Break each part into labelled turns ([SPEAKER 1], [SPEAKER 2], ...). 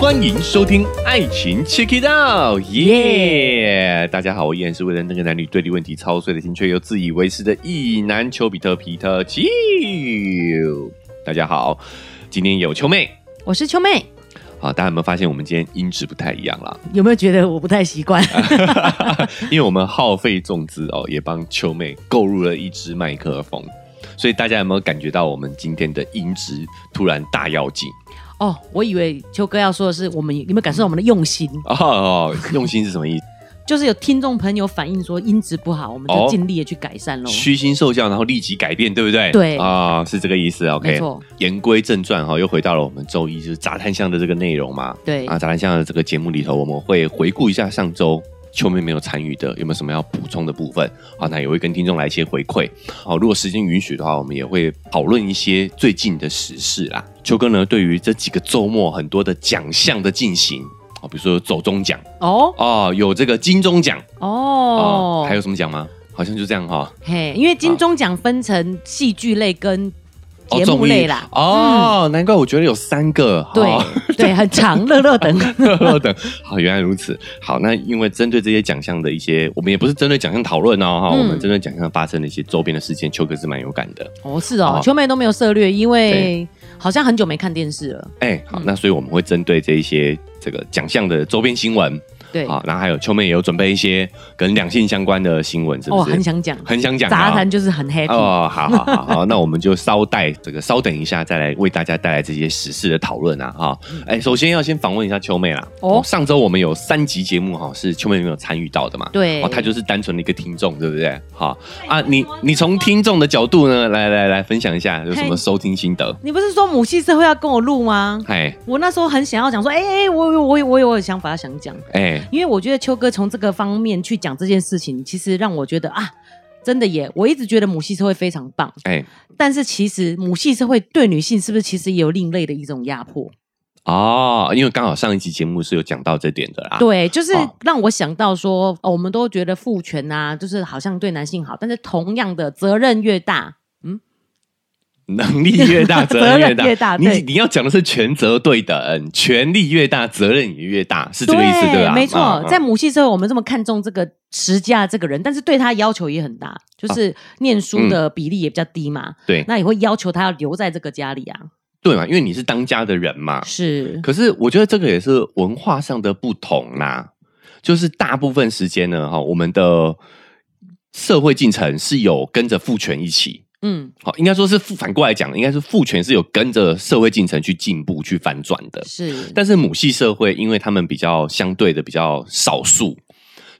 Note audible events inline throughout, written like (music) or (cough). [SPEAKER 1] 欢迎收听《爱情 Check It Out》，耶！大家好，我依然是为了那个男女对立问题操碎了心却又自以为是的意男丘比特皮特丘。大家好，今天有秋妹。
[SPEAKER 2] 我是秋妹，
[SPEAKER 1] 好，大家有没有发现我们今天音质不太一样啦？
[SPEAKER 2] 有没有觉得我不太
[SPEAKER 1] (laughs)
[SPEAKER 2] 习惯？
[SPEAKER 1] 因为我们耗费重资哦，也帮秋妹购入了一支麦克风，所以大家有没有感觉到我们今天的音质突然大要进？
[SPEAKER 2] 哦，我以为秋哥要说的是我们有没有感受到我们的用心？
[SPEAKER 1] 哦哦，用心是什么意思？
[SPEAKER 2] 就是有听众朋友反映说音质不好，我们
[SPEAKER 1] 哦
[SPEAKER 2] 就尽力的去改善喽。
[SPEAKER 1] 虚心受教，然后立即改变，对不对？
[SPEAKER 2] 对
[SPEAKER 1] 啊、是这个意思。
[SPEAKER 2] 没
[SPEAKER 1] OK，
[SPEAKER 2] 错
[SPEAKER 1] 言归正传哈、又回到了我们周一就是杂谈项的这个内容嘛。
[SPEAKER 2] 对
[SPEAKER 1] 啊，杂谈项的这个节目里头，我们会回顾一下上周秋妹没有参与的，有没有什么要补充的部分？好，那也会跟听众来一些回馈。好，如果时间允许的话，我们也会讨论一些最近的时事啦。秋哥呢，对于这几个周末很多的奖项的进行。哦，比如说有走中奖
[SPEAKER 2] 哦
[SPEAKER 1] 哦，有这个金钟奖哦
[SPEAKER 2] 哦，
[SPEAKER 1] 还有什么奖吗？好像就这样哈、
[SPEAKER 2] 嘿，因为金钟奖分成戏剧类跟节目类啦，嗯
[SPEAKER 1] 哦，难怪我觉得有三个。哦
[SPEAKER 2] 对 (laughs) 对，很长，乐乐等。
[SPEAKER 1] (laughs) 稍等，好，原来如此。好，那因为针对这些奖项的一些，我们也不是针对奖项讨论哦，哈、
[SPEAKER 2] 嗯
[SPEAKER 1] 我们针对奖项发生的一些周边的事件，秋哥是蛮有感的。
[SPEAKER 2] 哦，是哦
[SPEAKER 1] 好，
[SPEAKER 2] 秋妹都没有涉略，因为好像很久没看电视了。
[SPEAKER 1] 哎、好，
[SPEAKER 2] 嗯
[SPEAKER 1] 那所以我们会针对这一些这个奖项的周边新闻，
[SPEAKER 2] 对，
[SPEAKER 1] 好，然后还有秋妹也有准备一些跟两性相关的新闻，是
[SPEAKER 2] 哦，
[SPEAKER 1] 不是？
[SPEAKER 2] 很想讲
[SPEAKER 1] 很想讲啊
[SPEAKER 2] 杂谈，就是很 happy。
[SPEAKER 1] 哦，好好好 (laughs) 好，那我们就稍待这个，稍等一下，再来为大家带来这些时事的讨论啊，哈、哎，首先要先访问一下秋妹啦。
[SPEAKER 2] 嗯哦
[SPEAKER 1] 哦，上周我们有三集节目哈、是秋妹没有参与到的嘛？
[SPEAKER 2] 对哎
[SPEAKER 1] 哦，她就是单纯的一个听众，对不对？好啊，你你从听众的角度呢，来来来分享一下有什么
[SPEAKER 2] 嘿
[SPEAKER 1] 收听心得？
[SPEAKER 2] 你不是说母系社会要跟我录吗？
[SPEAKER 1] 哎
[SPEAKER 2] 我那时候很想要讲说，哎哎，我有我有我有我有想法要想讲。
[SPEAKER 1] 哎，
[SPEAKER 2] 因为我觉得秋哥从这个方面去讲这件事情，其实让我觉得啊，真的耶！我一直觉得母系社会非常棒，
[SPEAKER 1] 哎
[SPEAKER 2] 但是其实母系社会对女性是不是其实也有另类的一种压迫？
[SPEAKER 1] 哦，因为刚好上一集节目是有讲到这点的啦。
[SPEAKER 2] 对，就是
[SPEAKER 1] 哦
[SPEAKER 2] 让我想到说、哦，我们都觉得父权啊，就是好像对男性好，但是同样的责任越大，
[SPEAKER 1] 能力越
[SPEAKER 2] (laughs)
[SPEAKER 1] 大，责任越大。
[SPEAKER 2] 责任越大
[SPEAKER 1] 你
[SPEAKER 2] 对
[SPEAKER 1] 你要讲的是权责对等，权力越大，责任也越大，是这个意思对吧？
[SPEAKER 2] 没错，
[SPEAKER 1] 嗯嗯
[SPEAKER 2] 在母系社会，我们这么看重这个持家这个人，但是对他要求也很大，
[SPEAKER 1] 啊
[SPEAKER 2] 就是念书的
[SPEAKER 1] 嗯
[SPEAKER 2] 比例也比较低嘛，
[SPEAKER 1] 对
[SPEAKER 2] 那也会要求他要留在这个家里啊，
[SPEAKER 1] 对嘛，因为你是当家的人嘛。
[SPEAKER 2] 是。
[SPEAKER 1] 啊可是我觉得这个也是文化上的不同啦，就是大部分时间呢，哈，我们的社会进程是有跟着父权一起。
[SPEAKER 2] 嗯，
[SPEAKER 1] 好，应该说是父反过来讲，应该是父权是有跟着社会进程去进步、去反转的。
[SPEAKER 2] 是，
[SPEAKER 1] 呃但是母系社会，因为他们比较相对的比较少数，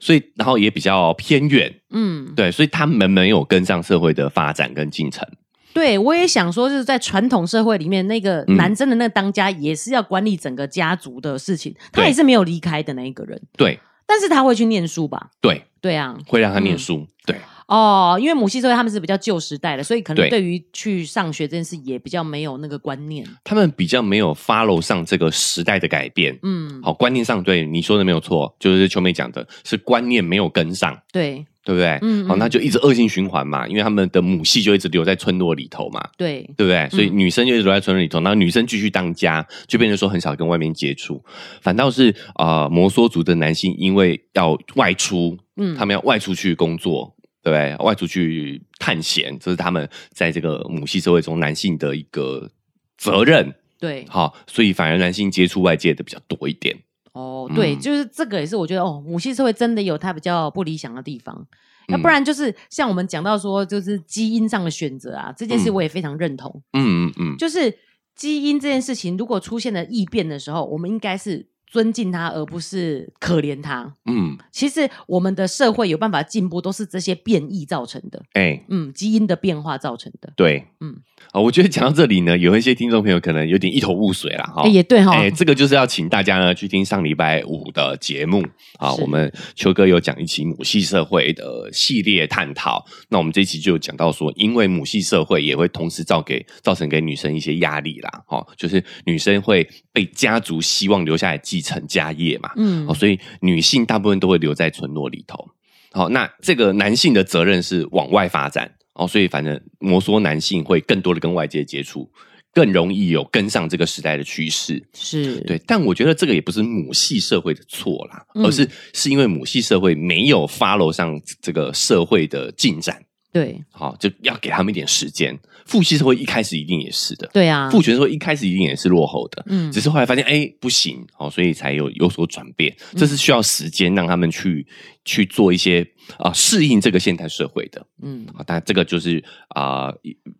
[SPEAKER 1] 所以然后也比较偏远，
[SPEAKER 2] 嗯，
[SPEAKER 1] 对，所以他们没有跟上社会的发展跟进程。
[SPEAKER 2] 对，我也想说，就是在传统社会里面，那个
[SPEAKER 1] 嗯
[SPEAKER 2] 男生的那个当家也是要管理整个家族的事情，他
[SPEAKER 1] 对
[SPEAKER 2] 也是没有离开的那一个人，
[SPEAKER 1] 对
[SPEAKER 2] 但是他会去念书吧？
[SPEAKER 1] 对，
[SPEAKER 2] 对啊，
[SPEAKER 1] 会让他念书。对
[SPEAKER 2] 哦，因为母系社会他们是比较旧时代的，所以可
[SPEAKER 1] 对
[SPEAKER 2] 能对于去上学这件事也比较没有那个观念。
[SPEAKER 1] 他们比较没有 follow 上这个时代的改变。
[SPEAKER 2] 嗯，
[SPEAKER 1] 好，观念上对你说的没有错，就是秋妹讲的是观念没有跟上，
[SPEAKER 2] 对
[SPEAKER 1] 对不对？
[SPEAKER 2] 嗯嗯
[SPEAKER 1] 好，那就一直恶性循环嘛，因为他们的母系就一直留在村落里头嘛，
[SPEAKER 2] 对，
[SPEAKER 1] 对不对？所以
[SPEAKER 2] 嗯
[SPEAKER 1] 女生就一直留在村里头，然后女生继续当家，就变成说很少跟外面接触，反倒是啊、呃摩梭族的男性因为要外出，
[SPEAKER 2] 嗯
[SPEAKER 1] 他们要外出去工作，对不对？外出去探险，这是他们在这个母系社会中男性的一个责任，
[SPEAKER 2] 对，
[SPEAKER 1] 好、所以反而男性接触外界的比较多一点，
[SPEAKER 2] 哦，对，
[SPEAKER 1] 嗯
[SPEAKER 2] 就是这个也是我觉得哦，母系社会真的有它比较不理想的地方。要
[SPEAKER 1] 嗯
[SPEAKER 2] 不然就是像我们讲到说，就是基因上的选择啊，这件事
[SPEAKER 1] 嗯
[SPEAKER 2] 我也非常认同。
[SPEAKER 1] 嗯嗯嗯，
[SPEAKER 2] 就是基因这件事情，如果出现了异变的时候，我们应该是尊敬它，而不是可怜它。
[SPEAKER 1] 嗯，
[SPEAKER 2] 其实我们的社会有办法进步，都是这些变异造成的，
[SPEAKER 1] 哎、
[SPEAKER 2] 嗯，基因的变化造成的。
[SPEAKER 1] 对，嗯
[SPEAKER 2] 嗯，
[SPEAKER 1] 啊、我觉得讲到这里呢，有一些听众朋友可能有点一头雾水啦，哈、
[SPEAKER 2] 哎、也对哈、
[SPEAKER 1] 哎、这个就是要请大家呢去听上礼拜五的节目啊，
[SPEAKER 2] 是
[SPEAKER 1] 我们秋哥有讲一期母系社会的系列探讨，那我们这一期就有讲到说，因为母系社会也会同时造给造成给女生一些压力啦，哦，就是女生会被家族希望留下来继承家业嘛，
[SPEAKER 2] 嗯
[SPEAKER 1] 哦，，所以女性大部分都会留在村落里头。好、那这个男性的责任是往外发展哦，所以反正摩梭男性会更多的跟外界接触，更容易有跟上这个时代的趋势。
[SPEAKER 2] 是，
[SPEAKER 1] 对，但我觉得这个也不是母系社会的错啦，
[SPEAKER 2] 嗯
[SPEAKER 1] 而是是因为母系社会没有 follow 上这个社会的进展，
[SPEAKER 2] 对
[SPEAKER 1] 好，就要给他们一点时间。父系社会一开始一定也是的，
[SPEAKER 2] 对啊，
[SPEAKER 1] 父权社会一开始一定也是落后的，
[SPEAKER 2] 嗯
[SPEAKER 1] 只是后来发现哎不行，好，所以才有有所转变。这
[SPEAKER 2] 嗯
[SPEAKER 1] 是需要时间让他们去去做一些啊、适应这个现代社会的。
[SPEAKER 2] 嗯
[SPEAKER 1] 好，但这个就是啊、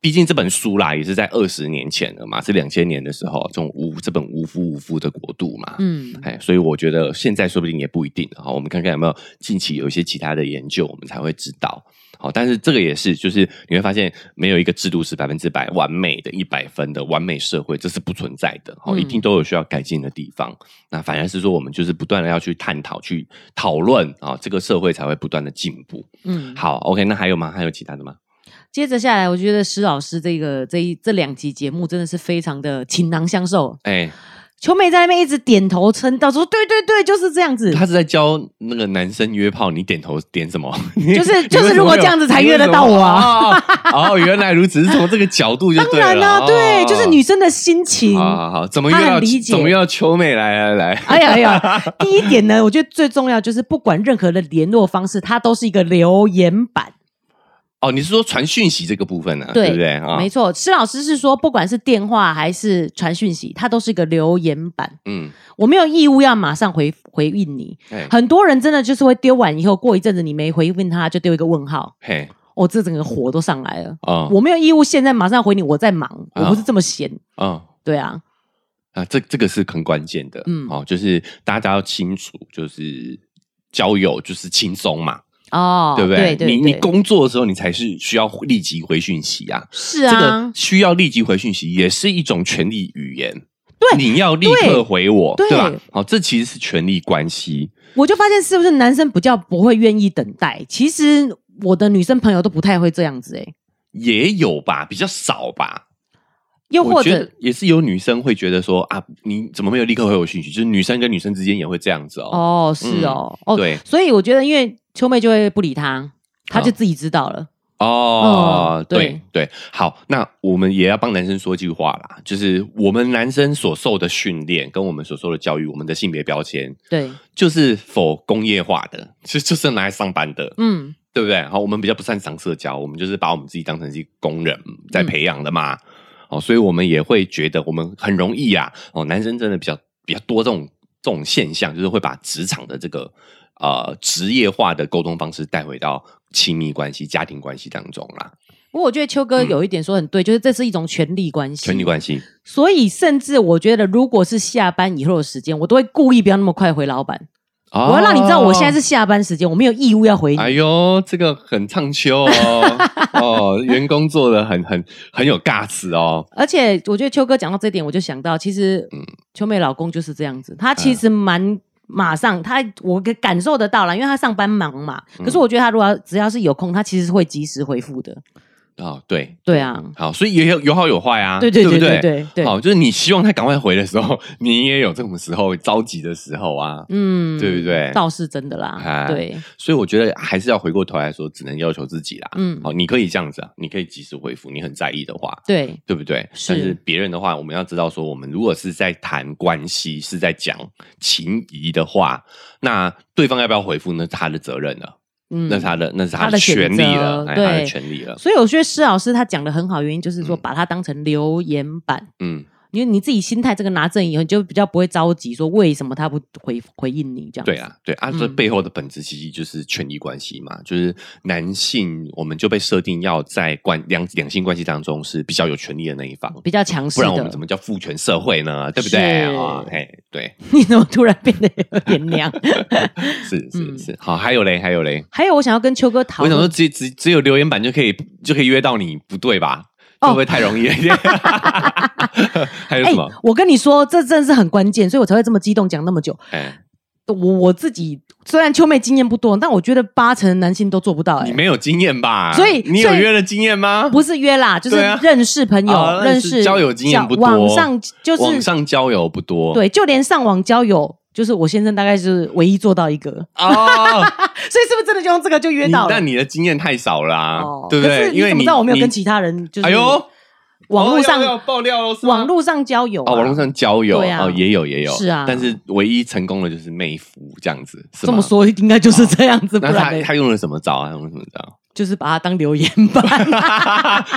[SPEAKER 1] 毕竟这本书啦，也是在二十年前了嘛，是两千年的时候，这种无这本无夫无妇的国度嘛，
[SPEAKER 2] 嗯，
[SPEAKER 1] 哎，所以我觉得现在说不定也不一定。好，我们看看有没有近期有一些其他的研究，我们才会知道。好，但是这个也是，就是你会发现，没有一个制度是百分之百完美的、一百分的完美社会，这是不存在的。好，
[SPEAKER 2] 嗯
[SPEAKER 1] 一定都有需要改进的地方。那反而是说，我们就是不断的要去探讨、去讨论啊，这个社会才会不断的进步。
[SPEAKER 2] 嗯，
[SPEAKER 1] 好，OK，那还有吗？还有其他的吗？
[SPEAKER 2] 接着下来，我觉得施老师这个这一这两集节目真的是非常的倾囊相授。
[SPEAKER 1] 哎、
[SPEAKER 2] 秋妹在那边一直点头称道，说对对对，就是这样子。
[SPEAKER 1] 他是在教那个男生约炮，你点头点什么？
[SPEAKER 2] 就是
[SPEAKER 1] (laughs) 你
[SPEAKER 2] 就是
[SPEAKER 1] 为什么
[SPEAKER 2] 如果这样子才约得到我啊
[SPEAKER 1] 有。哦，哦原来如此，是从这个角度就
[SPEAKER 2] 当
[SPEAKER 1] 对了。
[SPEAKER 2] 然啦、
[SPEAKER 1] 哦
[SPEAKER 2] 对，就是女。生的心情。
[SPEAKER 1] 好好好，怎么约到
[SPEAKER 2] 他很理解
[SPEAKER 1] 怎么约到秋妹来来来，
[SPEAKER 2] 哎呀
[SPEAKER 1] (laughs)
[SPEAKER 2] 哎呀，第一点呢，我觉得最重要就是不管任何的联络方式，它都是一个留言板。
[SPEAKER 1] 哦，你是说传讯息这个部分呢、对不对啊？
[SPEAKER 2] 没错，施老师是说，不管是电话还是传讯息，它都是一个留言板。
[SPEAKER 1] 嗯，
[SPEAKER 2] 我没有义务要马上回回应你。
[SPEAKER 1] 嘿
[SPEAKER 2] 很多人真的就是会丢完以后，过一阵子你没回应他，就丢一个问号。
[SPEAKER 1] 嘿
[SPEAKER 2] 哦，这整个火都上来了。
[SPEAKER 1] 哦
[SPEAKER 2] 我没有义务现在马上回你，我在忙，
[SPEAKER 1] 啊
[SPEAKER 2] 我不是这么闲。
[SPEAKER 1] 哦
[SPEAKER 2] 对啊，
[SPEAKER 1] 啊，这这个是很关键的，嗯
[SPEAKER 2] 嗯，
[SPEAKER 1] 哦，就是大家要清楚，就是交友就是轻松嘛，
[SPEAKER 2] 哦，
[SPEAKER 1] 对不对？
[SPEAKER 2] 对对
[SPEAKER 1] 你你工作的时候，你才是需要立即回讯息啊，
[SPEAKER 2] 是
[SPEAKER 1] 这个
[SPEAKER 2] 啊，
[SPEAKER 1] 需要立即回讯息，也是一种权利语言。
[SPEAKER 2] 对
[SPEAKER 1] 你要立刻回我，对
[SPEAKER 2] 对
[SPEAKER 1] 吧？好，这其实是权利关系。
[SPEAKER 2] 我就发现是不是男生比较不会愿意等待？其实我的女生朋友都不太会这样子、欸，
[SPEAKER 1] 也有吧，比较少吧。
[SPEAKER 2] 又
[SPEAKER 1] 我
[SPEAKER 2] 或
[SPEAKER 1] 觉得
[SPEAKER 2] 者
[SPEAKER 1] 也是有女生会觉得说啊，你怎么没有立刻回我讯息？就是女生跟女生之间也会这样子哦。
[SPEAKER 2] 哦，是哦，哦，
[SPEAKER 1] 对
[SPEAKER 2] 所以我觉得因为秋妹就会不理他，他就
[SPEAKER 1] 啊
[SPEAKER 2] 自己知道了，
[SPEAKER 1] 哦，
[SPEAKER 2] 嗯
[SPEAKER 1] 对对，好，那我们也要帮男生说句话啦，就是我们男生所受的训练跟我们所受的教育，我们的性别标签
[SPEAKER 2] 对，
[SPEAKER 1] 就是否工业化的， (laughs) 就就是拿来上班的。
[SPEAKER 2] 嗯，
[SPEAKER 1] 对不对？好，我们比较不擅长社交，我们就是把我们自己当成是一个工人在培养的
[SPEAKER 2] 嗯
[SPEAKER 1] 嘛。哦，所以我们也会觉得我们很容易啊。哦，男生真的比较比较多这种这种现象，就是会把职场的这个呃职业化的沟通方式带回到亲密关系、家庭关系当中啦，
[SPEAKER 2] 不过我觉得秋哥
[SPEAKER 1] 嗯
[SPEAKER 2] 有一点说很对，就是这是一种权利关系，
[SPEAKER 1] 权利关系。
[SPEAKER 2] 所以甚至我觉得如果是下班以后的时间，我都会故意不要那么快回老板，
[SPEAKER 1] 哦
[SPEAKER 2] 我要让你知道我现在是下班时间，我没有义务要回你。
[SPEAKER 1] 哎呦，这个很唱秋
[SPEAKER 2] (laughs)
[SPEAKER 1] 哦，哦，员工做的很很很有尬词哦，
[SPEAKER 2] 而且我觉得秋哥讲到这点，我就想到，其实
[SPEAKER 1] 嗯
[SPEAKER 2] 秋妹老公就是这样子，他其实蛮。马上，他我给感受得到了，因为他上班忙嘛。
[SPEAKER 1] 嗯
[SPEAKER 2] 可是我觉得他如果要只要是有空，他其实是会及时回复的。
[SPEAKER 1] 哦，对，
[SPEAKER 2] 对啊，
[SPEAKER 1] 好，所以也有有好有坏啊，
[SPEAKER 2] 对
[SPEAKER 1] 对
[SPEAKER 2] 对
[SPEAKER 1] 不
[SPEAKER 2] 对对对对，
[SPEAKER 1] 好，就是你希望他赶快回的时候，你也有这种时候着急的时候啊。
[SPEAKER 2] 嗯，
[SPEAKER 1] 对不对
[SPEAKER 2] 倒是真的
[SPEAKER 1] 哎
[SPEAKER 2] 啦，对，
[SPEAKER 1] 所以我觉得还是要回过头来说，只能要求自己啦。
[SPEAKER 2] 嗯
[SPEAKER 1] 好，你可以这样子啊，你可以及时回复，你很在意的话，
[SPEAKER 2] 对，
[SPEAKER 1] 对不对？
[SPEAKER 2] 是
[SPEAKER 1] 但是别人的话，我们要知道说，我们如果是在谈关系，是在讲情谊的话，那对方要不要回复，那是他的责任了，
[SPEAKER 2] 嗯
[SPEAKER 1] 那是他的那是
[SPEAKER 2] 他
[SPEAKER 1] 的
[SPEAKER 2] 的
[SPEAKER 1] 权利了，
[SPEAKER 2] 选择
[SPEAKER 1] 哎他的
[SPEAKER 2] 对
[SPEAKER 1] 权利了。
[SPEAKER 2] 所以我觉得施老师他讲的很好，原因就是说
[SPEAKER 1] 嗯
[SPEAKER 2] 把它当成留言板，
[SPEAKER 1] 嗯，
[SPEAKER 2] 因为你自己心态这个拿正以后，你就比较不会着急，说为什么他不回回应你这样。
[SPEAKER 1] 对，啊，对啊，
[SPEAKER 2] 嗯
[SPEAKER 1] 这背后的本质其实就是权力关系嘛，就是男性我们就被设定要在关两两性关系当中是比较有权利的那一方，
[SPEAKER 2] 比较强势
[SPEAKER 1] 不
[SPEAKER 2] 的。
[SPEAKER 1] 然我们怎么叫父权社会呢？对不对
[SPEAKER 2] 是
[SPEAKER 1] 啊？嘿，对，
[SPEAKER 2] (laughs) 你怎么突然变得有点娘？
[SPEAKER 1] 是是
[SPEAKER 2] 嗯
[SPEAKER 1] 是，好，还有嘞，还有嘞，
[SPEAKER 2] 还有，我想要跟秋哥讨
[SPEAKER 1] 我想说
[SPEAKER 2] 论，
[SPEAKER 1] 只只只有留言板就可以就可以约到你，不对吧？会
[SPEAKER 2] 哦
[SPEAKER 1] 不会太容易 (laughs) 了一点？ (laughs) 还有什么？
[SPEAKER 2] 哎我跟你说，这真的是很关键，所以我才会这么激动，讲那么久。
[SPEAKER 1] 哎，
[SPEAKER 2] 我我自己虽然秋妹经验不多，但我觉得八成的男性都做不到、欸。
[SPEAKER 1] 你没有经验吧？
[SPEAKER 2] 所以
[SPEAKER 1] 你有
[SPEAKER 2] 所以
[SPEAKER 1] 约的经验吗？
[SPEAKER 2] 不是约啦，就是
[SPEAKER 1] 对啊
[SPEAKER 2] 认识朋友，
[SPEAKER 1] 啊
[SPEAKER 2] 认识
[SPEAKER 1] 交友经验不多，
[SPEAKER 2] 网上就是
[SPEAKER 1] 网上交友不多，
[SPEAKER 2] 对，就连上网交友，就是我先生大概是唯一做到一个，
[SPEAKER 1] 哦，
[SPEAKER 2] 所以是不是真的就用这个就约
[SPEAKER 1] 你
[SPEAKER 2] 到了？
[SPEAKER 1] 但你的经验太少啦、
[SPEAKER 2] 哦
[SPEAKER 1] 对不
[SPEAKER 2] 可是
[SPEAKER 1] 啊对？
[SPEAKER 2] 你
[SPEAKER 1] 因为
[SPEAKER 2] 怎么
[SPEAKER 1] 你
[SPEAKER 2] 知道我没有跟
[SPEAKER 1] 你
[SPEAKER 2] 其他人就是？
[SPEAKER 1] 哎呦，
[SPEAKER 2] 网络上、
[SPEAKER 3] 哦要要爆料哦，是吗
[SPEAKER 2] 网络上交友、啊
[SPEAKER 1] 哦，网络上交友
[SPEAKER 2] 对啊
[SPEAKER 1] 哦，也有也有，
[SPEAKER 2] 是啊
[SPEAKER 1] 但是唯一成功的就是妹夫这样子，是
[SPEAKER 2] 这
[SPEAKER 1] 吗
[SPEAKER 2] 么，说应该就是这样子，不
[SPEAKER 1] 哦那
[SPEAKER 2] 然
[SPEAKER 1] 他
[SPEAKER 2] 嘞
[SPEAKER 1] 他用了什么招啊？他用了什么招？ (laughs)
[SPEAKER 2] 就是把它当留言板。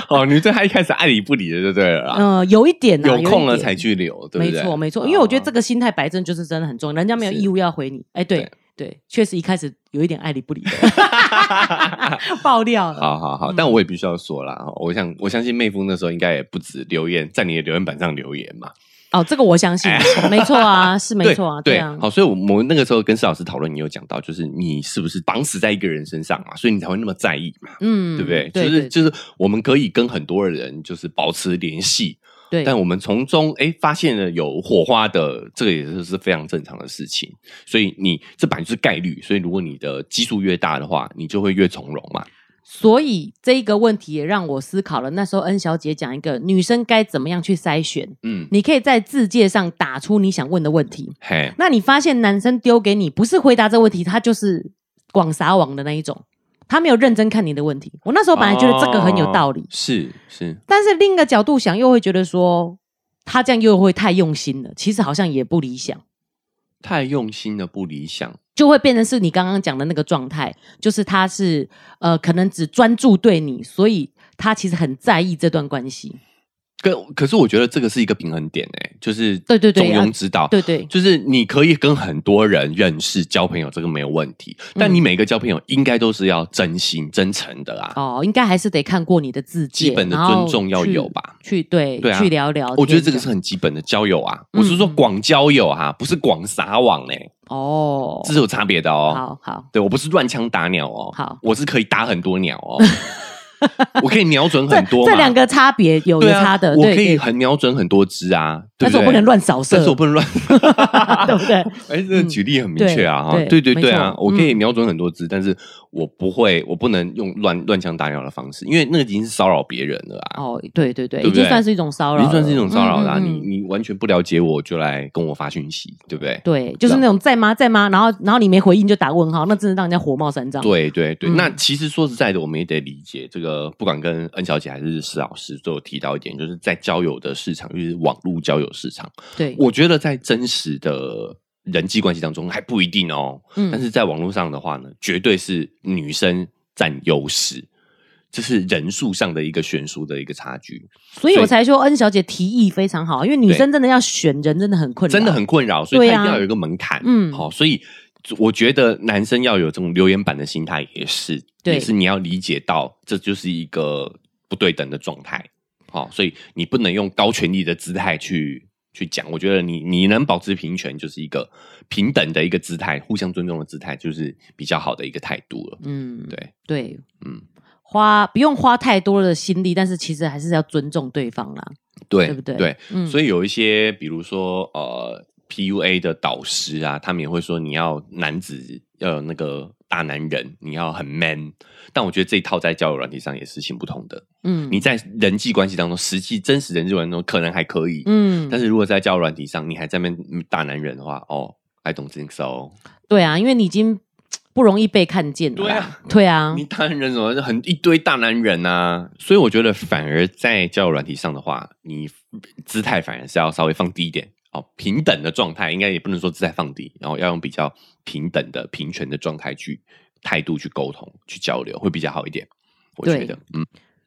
[SPEAKER 1] 哦，你对他一开始爱理不理的就对了啦，
[SPEAKER 2] 嗯、有一点、啊、
[SPEAKER 1] 有空了
[SPEAKER 2] 一点
[SPEAKER 1] 才去留，对不对？
[SPEAKER 2] 没错，没错，因为我觉得这
[SPEAKER 1] 个
[SPEAKER 2] 个心态摆正就是真的很重要，人家没有
[SPEAKER 1] 是
[SPEAKER 2] 义务要回你。哎，对
[SPEAKER 1] 对
[SPEAKER 2] 对，确实一开始有一点爱理不理
[SPEAKER 1] (laughs)
[SPEAKER 2] 的，爆料了。
[SPEAKER 1] 好好好，但我也必须要说啦，哦我想我相信妹夫那时候应该也不止留言在你的留言板上留言嘛，
[SPEAKER 2] 哦，这个我相
[SPEAKER 1] (laughs)
[SPEAKER 2] 信，没错啊，是没
[SPEAKER 1] 对
[SPEAKER 2] 错啊，
[SPEAKER 1] 对
[SPEAKER 2] 啊，
[SPEAKER 1] 好，所以我们那个时候跟施老师讨论，你有讲到，就是你是不是绑死在一个人身上嘛，所以你才会那么在意嘛，
[SPEAKER 2] 嗯，
[SPEAKER 1] 对不对？
[SPEAKER 2] 对，
[SPEAKER 1] 就是
[SPEAKER 2] 对
[SPEAKER 1] 就是我们可以跟很多人就是保持联系，
[SPEAKER 2] 对，
[SPEAKER 1] 但我们从中哎发现了有火花的，这个也是是非常正常的事情。所以你这本来就是概率，所以如果你的基数越大的话，你就会越从容嘛。
[SPEAKER 2] 所以这一个问题也让我思考了。那时候恩小姐讲一个女生该怎么样去筛选，
[SPEAKER 1] 嗯，
[SPEAKER 2] 你可以在字界上打出你想问的问题。
[SPEAKER 1] 嘿，
[SPEAKER 2] 那你发现男生丢给你不是回答这个问题，他就是广撒网的那一种，他没有认真看你的问题。我那时候本来觉得这个很有道理，
[SPEAKER 1] 是是，
[SPEAKER 2] 但是另一个角度想，又会觉得说他这样又会太用心了，其实好像也不理想。
[SPEAKER 1] 太用心了不理想。
[SPEAKER 2] 就会变成是你刚刚讲的那个状态，就是他是呃，可能只专注对你，所以他其实很在意这段关系。
[SPEAKER 1] 可可是我觉得这个是一个平衡点哎、就是
[SPEAKER 2] 对对对
[SPEAKER 1] 中
[SPEAKER 2] 啊
[SPEAKER 1] 庸之道。
[SPEAKER 2] 对对，
[SPEAKER 1] 就是你可以跟很多人认识、交朋友，这个没有问题。
[SPEAKER 2] 嗯
[SPEAKER 1] 但你每个交朋友应该都是要真心、真诚的啊。
[SPEAKER 2] 哦，应该还是得看过你的字界，
[SPEAKER 1] 基本的
[SPEAKER 2] 然后
[SPEAKER 1] 尊重要
[SPEAKER 2] 去
[SPEAKER 1] 有吧？
[SPEAKER 2] 去对
[SPEAKER 1] 对啊
[SPEAKER 2] 去聊聊天样。
[SPEAKER 1] 我觉得这个是很基本的交友啊，
[SPEAKER 2] 哦嗯
[SPEAKER 1] 我是说广交友哈、不是广撒网呢、
[SPEAKER 2] 哦，
[SPEAKER 1] 这是有差别的哦。
[SPEAKER 2] 好好，
[SPEAKER 1] 对我不是乱枪打鸟哦，
[SPEAKER 2] 好
[SPEAKER 1] 我是可以打很多鸟
[SPEAKER 2] (laughs)
[SPEAKER 1] 哦，我可以瞄准
[SPEAKER 2] 这
[SPEAKER 1] 很多嘛
[SPEAKER 2] 这两个差别有有
[SPEAKER 1] 对啊
[SPEAKER 2] 差的，
[SPEAKER 1] 我
[SPEAKER 2] 对
[SPEAKER 1] 可以
[SPEAKER 2] 对
[SPEAKER 1] 很瞄准很多只啊，对
[SPEAKER 2] 但是我
[SPEAKER 1] 对
[SPEAKER 2] 不能，乱扫射，
[SPEAKER 1] 但是我
[SPEAKER 2] (laughs)
[SPEAKER 1] 不能乱，
[SPEAKER 2] 对不
[SPEAKER 1] (laughs)
[SPEAKER 2] 对？
[SPEAKER 1] 哎，这个举例很明确啊，
[SPEAKER 2] 嗯
[SPEAKER 1] 哈、
[SPEAKER 2] 对
[SPEAKER 1] 对对
[SPEAKER 2] 没
[SPEAKER 1] 对啊，
[SPEAKER 2] 错嗯
[SPEAKER 1] 我可以瞄准很多只，但是我不会，我不能用乱乱枪打鸟的方式，因为那个已经是骚扰别人了啊，
[SPEAKER 2] 哦，对对对，
[SPEAKER 1] 对
[SPEAKER 2] 已
[SPEAKER 1] 不对
[SPEAKER 2] 经算是一种骚
[SPEAKER 1] 已
[SPEAKER 2] 扰了，
[SPEAKER 1] 经算是一种骚扰啦、
[SPEAKER 2] 嗯嗯嗯
[SPEAKER 1] 你你完全不了解我就来跟我发讯息，对不对？
[SPEAKER 2] 对，就是那种在吗在吗，然后然后你没回应就打问号，那真的让人家火冒三丈。
[SPEAKER 1] 对对对、
[SPEAKER 2] 嗯
[SPEAKER 1] 那其实说实在的，我们也得理解这个，不管跟恩小姐还是施老师都有提到一点，就是在交友的市场，就是网络交友市场，
[SPEAKER 2] 对，
[SPEAKER 1] 我觉得在真实的人际关系当中还不一定哦，
[SPEAKER 2] 嗯
[SPEAKER 1] 但是在网络上的话呢，绝对是女生占优势，这是人数上的一个悬殊的一个差距，
[SPEAKER 2] 所以
[SPEAKER 1] 所
[SPEAKER 2] 我
[SPEAKER 1] 以
[SPEAKER 2] 才说恩小姐提议非常好，因为女生真的要选人真的很困难，
[SPEAKER 1] 真的很困扰，所以
[SPEAKER 2] 对
[SPEAKER 1] 它
[SPEAKER 2] 啊
[SPEAKER 1] 一定要有一个门槛。
[SPEAKER 2] 嗯
[SPEAKER 1] 好、所以我觉得男生要有这种留言板的心态，也是，
[SPEAKER 2] 对
[SPEAKER 1] 也是你要理解到这就是一个不对等的状态。好、所以你不能用高权力的姿态去。去讲，我觉得你你能保持平权，就是一个平等的一个姿态，互相尊重的姿态，就是比较好的一个态度了。
[SPEAKER 2] 嗯，
[SPEAKER 1] 对，
[SPEAKER 2] 对，
[SPEAKER 1] 嗯，
[SPEAKER 2] 花不用花太多的心力，但是其实还是要尊重对方啦，
[SPEAKER 1] 对，
[SPEAKER 2] 对不对？
[SPEAKER 1] 对，
[SPEAKER 2] 嗯，
[SPEAKER 1] 所
[SPEAKER 2] 以
[SPEAKER 1] 以有一些，比如说呃，PUA 的导师啊，他们也会说你要男子要有那个大男人，你要很 man。但我觉得这一套在交友软体上也是行不通的。
[SPEAKER 2] 嗯
[SPEAKER 1] 你在人际关系当中，实际真实人际关系中可能还可以，
[SPEAKER 2] 嗯
[SPEAKER 1] 但，是如果在交友软体上你还在那边嗯大男人的话，哦，I don't think so。
[SPEAKER 2] 对啊，因为你已经不容易被看
[SPEAKER 1] (laughs)
[SPEAKER 2] 见了
[SPEAKER 1] 对
[SPEAKER 2] 啦
[SPEAKER 1] 啊，
[SPEAKER 2] 对啊，
[SPEAKER 1] 你大男人怎么很一堆大男人啊？所以我觉得反而在交友软体上的话，你姿态反而是要稍微放低一点哦，平等的状态应该也不能说姿态放低，然后要用比较平等的、平权的状态去态度去沟通、去交流，会比较好一点。我觉得，嗯